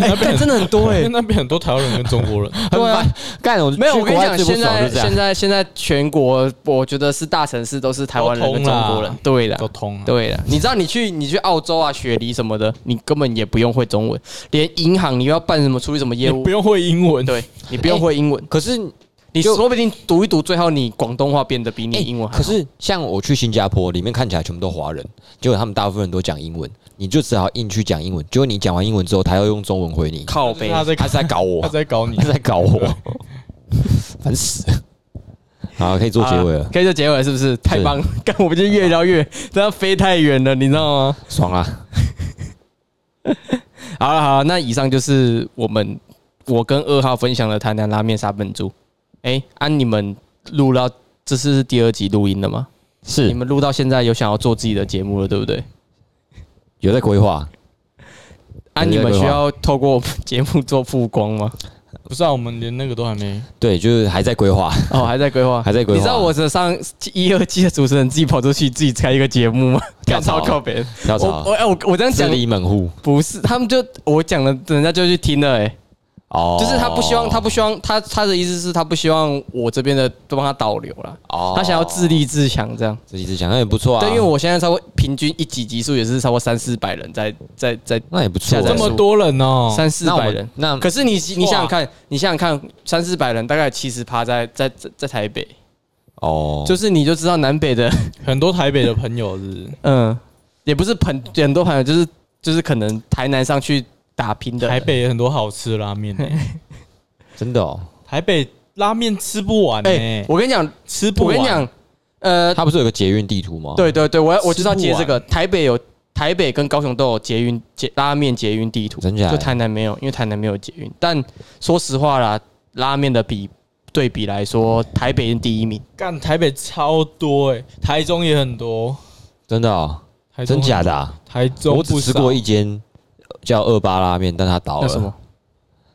Speaker 1: 哎，干真的很多哎、
Speaker 3: 因为那边很多台湾人跟中国人，
Speaker 1: 对啊
Speaker 2: 很烦，干我
Speaker 1: 没有，
Speaker 2: 去
Speaker 1: 我跟你
Speaker 2: 国
Speaker 1: 讲，
Speaker 2: 外最不
Speaker 1: 现
Speaker 2: 爽
Speaker 1: 在
Speaker 2: 就这样
Speaker 1: 现在现在全国，我觉得是大城市都是台湾人跟中国人。对
Speaker 3: 都
Speaker 1: 的，
Speaker 3: 通啊。
Speaker 1: 对的。你知道你去你去澳洲啊、雪梨什么的，你根本也不用会中文，连银行你要办什么处理什么业
Speaker 3: 也
Speaker 1: 务
Speaker 3: 不，用会英文。 [laughs]
Speaker 1: 对你不用会英文，
Speaker 2: 可是
Speaker 1: 你
Speaker 2: 就
Speaker 1: 说不定读一读，最后你广东话变得比你
Speaker 2: 哎
Speaker 1: 英文还
Speaker 2: 可
Speaker 1: 好。
Speaker 2: 是像我去新加坡，里面看起来全部都华人，结果他们大部分人都讲英文，你就只好硬去讲英文。结果你讲完英文之后，他要用中文回你，
Speaker 1: 靠
Speaker 3: 就是
Speaker 1: 背，
Speaker 3: 他在
Speaker 2: 他是在搞
Speaker 1: [laughs]
Speaker 2: 我
Speaker 3: 他，在搞你
Speaker 2: 他。是在搞我，烦死了。好，可以做结尾
Speaker 1: 啊
Speaker 2: 了，
Speaker 1: 可以做结尾了是不是？太棒了！干，我们就越聊越，这样飞太远了，你知道吗？
Speaker 2: 爽啊！
Speaker 1: 好了好了，那以上就是我们我跟二号分享的台南拉面沙本猪。哎、按、你们录到这是第二集录音了吗？你
Speaker 2: 是
Speaker 1: 们录到现在有想要做自己的节目了，对不对？
Speaker 2: 有在规划，
Speaker 1: 啊，
Speaker 2: 有
Speaker 1: 你
Speaker 2: 在
Speaker 1: 们
Speaker 2: 规划
Speaker 1: 需要透过我们节目做曝光
Speaker 2: [laughs]
Speaker 1: 吗？
Speaker 3: 不是啊，我们连那个都还没。
Speaker 2: 对，就是还在规
Speaker 1: [laughs]
Speaker 2: 划。
Speaker 1: 哦，还在规划，
Speaker 2: 还在规划
Speaker 1: 你知道我这上一二季的主持人自己跑出去自己开一个节目吗？
Speaker 2: [laughs] 跳
Speaker 1: 干
Speaker 2: 槽
Speaker 1: 超靠别人。
Speaker 2: 跳
Speaker 1: 我我
Speaker 2: 槽，
Speaker 1: 哎我我这样
Speaker 2: 自
Speaker 1: 讲
Speaker 2: 立门户
Speaker 1: 不是，他们就我讲了，人家就去听了哎、
Speaker 2: 哦，
Speaker 1: 就是他不希望，他不希望，他他的意思是他不希望我这边的都帮他导流了，
Speaker 2: 哦
Speaker 1: 他想要自立自强这样。
Speaker 2: 自立自强，那也不错啊。
Speaker 1: 对，因为我现在超过平均一集集数也是超过三四百人在在在
Speaker 2: 那也不错
Speaker 1: 下载
Speaker 2: 啊，
Speaker 3: 这么多人哦，
Speaker 1: 三四
Speaker 2: 那我
Speaker 1: 百
Speaker 2: 们
Speaker 1: 人。
Speaker 2: 那
Speaker 1: 可是你你想想看，你想想看，三四百人大概七十趴在在在在台北，
Speaker 2: 哦，就
Speaker 1: 就是你就知道南北的， [laughs]
Speaker 3: 很多台北的朋友是不是
Speaker 1: 嗯，也不是朋很多朋友，就是就是可能台南上去打拼的
Speaker 3: 台北也很多好吃的拉面欸，
Speaker 2: 真的哦，
Speaker 3: 台北拉面吃不完
Speaker 1: 哎、
Speaker 3: 哎，
Speaker 1: 我跟你讲，
Speaker 3: 吃不
Speaker 1: 我
Speaker 3: 完。
Speaker 1: 跟你讲，呃，
Speaker 2: 他不是有个捷运地图吗？，
Speaker 1: 对对对，我要我就是要接
Speaker 3: 吃
Speaker 1: 这
Speaker 3: 不
Speaker 1: 个。
Speaker 3: 完
Speaker 1: 台北有台北跟高雄都有捷运捷拉面捷运地图，
Speaker 2: 真假的
Speaker 1: 就台南没有，因为台南没有捷运。但说实话啦，拉面的比对比来说，台北是第一名。
Speaker 3: 干台北超多哎、台中也很多，
Speaker 2: 真的哦，
Speaker 3: 台中
Speaker 2: 真
Speaker 3: 很
Speaker 2: 假的？啊？
Speaker 3: 台中
Speaker 2: 我只
Speaker 3: 不
Speaker 2: 吃
Speaker 3: 少
Speaker 2: 过一间叫二八拉面，但它
Speaker 1: 那
Speaker 2: 倒了。啊
Speaker 1: 什么？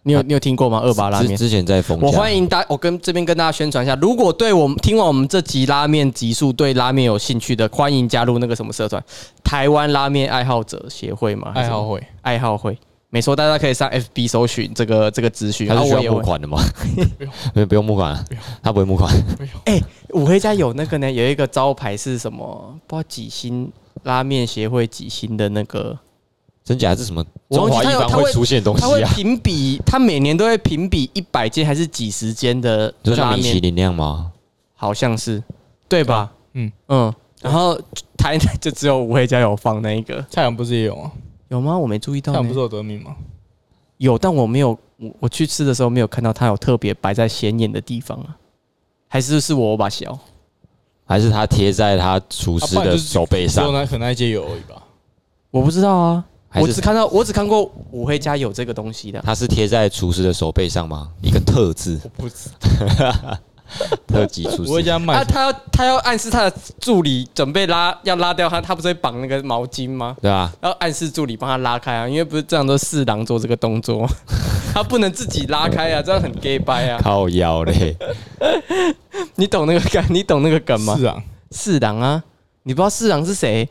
Speaker 1: 你有你有听过吗？二八拉
Speaker 2: 之
Speaker 1: 面。
Speaker 2: 之前在冯家，
Speaker 1: 我欢迎大，我跟这边跟大家宣传一下，如果对我们听完我们这集拉面集数对拉面有兴趣的，欢迎加入那个什么社团——台湾拉面爱好者协会嘛，还是
Speaker 3: 爱
Speaker 1: 什么
Speaker 3: 好会，
Speaker 1: 爱好会。没错，大家可以上 FB 搜寻这个这个资讯，然
Speaker 2: 他
Speaker 1: 后
Speaker 2: 是需
Speaker 1: 啊我也
Speaker 2: 要募
Speaker 1: 会
Speaker 2: 款的吗？ [laughs] 没有，不用募款啊
Speaker 3: 不用，
Speaker 2: 他不会募款。 [laughs]
Speaker 1: 五黑家有那个呢，有一个招牌是什么？不知道几星拉面协会几星的那个，
Speaker 2: 真假？这是什么
Speaker 1: 我
Speaker 2: 中
Speaker 1: 忘记他
Speaker 2: 华一
Speaker 1: 有
Speaker 2: 般
Speaker 1: 他
Speaker 2: 会
Speaker 1: 会
Speaker 2: 出现的东
Speaker 1: 他会
Speaker 2: 西啊？
Speaker 1: 评比，他每年都会评比一百间还是几十间的
Speaker 2: 就像
Speaker 1: 拉
Speaker 2: 米其
Speaker 1: 面，
Speaker 2: 林那样吗？
Speaker 1: 好像是对吧？
Speaker 3: 嗯
Speaker 1: 嗯，然后台南就只有五黑家有放那一个，
Speaker 3: 蔡阳不是也有吗？
Speaker 1: 有吗？我没注意到
Speaker 3: 蔡阳不
Speaker 1: 呢
Speaker 3: 是有得名吗？
Speaker 1: 有，但我没有我我去吃的时候没有看到它有特别摆在显眼的地方啊，还是是我把小
Speaker 2: 还是他贴在他厨师
Speaker 3: 啊不然
Speaker 2: 的
Speaker 3: 就是
Speaker 2: 手背
Speaker 3: 只有
Speaker 2: 上，
Speaker 3: 那可能那一间有而已吧。
Speaker 1: 我不知道啊，
Speaker 2: 还
Speaker 1: 我只
Speaker 2: 是
Speaker 1: 看到我只看过五黑家有这个东西的啊，
Speaker 2: 他是贴在厨师的手背上吗？一个特字，
Speaker 3: 我不知，
Speaker 2: 特级厨
Speaker 3: 我会
Speaker 2: 师。
Speaker 3: 家卖
Speaker 1: 啊，他要他要暗示他的助理准备拉要拉掉他，他不是会绑那个毛巾吗？
Speaker 2: 对啊，
Speaker 1: 然后暗示助理帮他拉开啊，因为不是这样都四郎做这个动作， [laughs] 他不能自己拉开啊，这样很 gay 掰啊。
Speaker 2: 靠腰
Speaker 3: [laughs]
Speaker 2: 嘞，
Speaker 1: 你懂那个 [laughs] 梗？你懂那个梗吗
Speaker 3: 是？啊，
Speaker 1: 四郎啊，你不知道四郎是谁？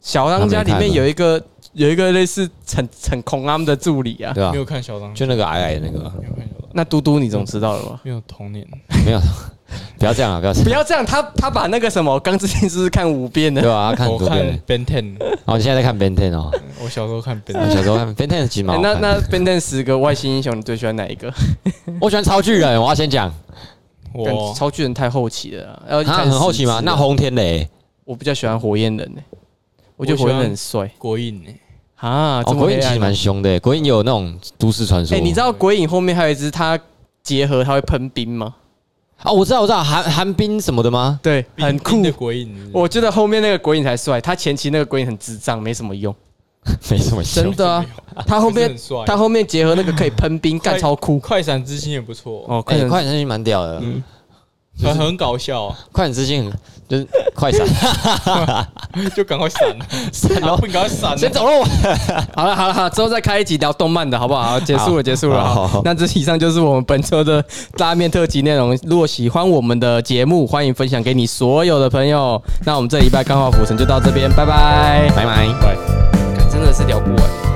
Speaker 1: 小当家里
Speaker 2: 他没
Speaker 1: 面
Speaker 2: 看啊
Speaker 1: 有一个有一个类似逞逞孔安的助理啊。
Speaker 2: 对啊
Speaker 3: 没，有看小当，
Speaker 2: 就那个矮矮的那个嘛，
Speaker 3: 没有看小当，
Speaker 1: 那嘟嘟你总知道了吧？
Speaker 3: 没有童年。
Speaker 2: 没有，不要这样啊，不要这
Speaker 1: 不
Speaker 2: 样，
Speaker 1: 要这样，他他把那个什么《钢之炼师》看五遍
Speaker 2: 对
Speaker 1: 了，
Speaker 2: 吧？他看很
Speaker 3: 我
Speaker 2: 多遍
Speaker 3: 看
Speaker 2: 嘞。
Speaker 3: Ben Ten，
Speaker 2: 然后你现在在看 Ben Ten 哦，
Speaker 3: 我小时候看 Ben
Speaker 2: 我
Speaker 3: Ten，
Speaker 2: 小时候看 Ben Ten 其实
Speaker 1: 哎
Speaker 2: 蛮好
Speaker 1: 那
Speaker 2: 看的。
Speaker 1: 那变成十个外星英雄，你最喜欢哪一个？
Speaker 2: 我喜欢超巨人，我要先讲，
Speaker 1: 但
Speaker 3: 我
Speaker 1: 超巨人太后期了啊，要一
Speaker 2: 他
Speaker 1: 开始
Speaker 2: 很好奇吗？
Speaker 1: 是
Speaker 2: 那轰天雷，
Speaker 1: 我比较喜欢火焰人呢、我觉得
Speaker 3: 我喜
Speaker 1: 火
Speaker 3: 欢
Speaker 1: 焰人很帅
Speaker 3: 国印欸呢，
Speaker 1: 啊，
Speaker 2: 哦，
Speaker 1: 这么
Speaker 2: 国
Speaker 1: 黑
Speaker 2: 影其
Speaker 1: 暗
Speaker 2: 实蛮凶的，国影有那种都市传说。
Speaker 1: 哎、你知道鬼影后面还有一只，它结合它会喷冰吗？
Speaker 2: 哦，我知道，我知道，寒寒冰什么
Speaker 1: [laughs]
Speaker 2: 的吗？
Speaker 1: 对，很
Speaker 3: 冰冰
Speaker 1: 酷
Speaker 3: 的。国印。
Speaker 2: 哦
Speaker 1: 我觉得后面那个鬼影才帅，他前期那个鬼影很智障，没什么用。
Speaker 2: 没什么
Speaker 1: 真
Speaker 2: 凶。
Speaker 1: 的啊，他后
Speaker 3: 后面
Speaker 1: 面
Speaker 3: 很帅，哎
Speaker 1: 他后面结合那个可以喷
Speaker 3: [laughs]
Speaker 1: 冰，干
Speaker 3: 快
Speaker 1: 超酷
Speaker 3: 快闪之星也不错，
Speaker 1: 哦，快
Speaker 2: 哎，
Speaker 1: 点嗯
Speaker 2: 快闪之心蛮屌的，
Speaker 3: 很很搞笑啊， [laughs]
Speaker 2: 快闪之心很就是快
Speaker 1: [laughs]
Speaker 2: 闪，
Speaker 3: 就赶快闪，
Speaker 2: [laughs] 闪
Speaker 3: 然
Speaker 2: 咯
Speaker 3: 后你赶快闪啊，
Speaker 2: 先走喽。
Speaker 1: 好了好了好了，之后再开一集聊动漫的好 [laughs] 不好？好结束了结束了。
Speaker 2: 好
Speaker 1: 好，
Speaker 2: 好
Speaker 1: 那这以上就是我们本周的拉面特辑内容。如果喜欢我们的节目，欢迎分享给你所有的朋友。那我们这礼拜刚好浮城就到这边，拜拜。
Speaker 2: 拜拜。
Speaker 1: 真的是聊不完。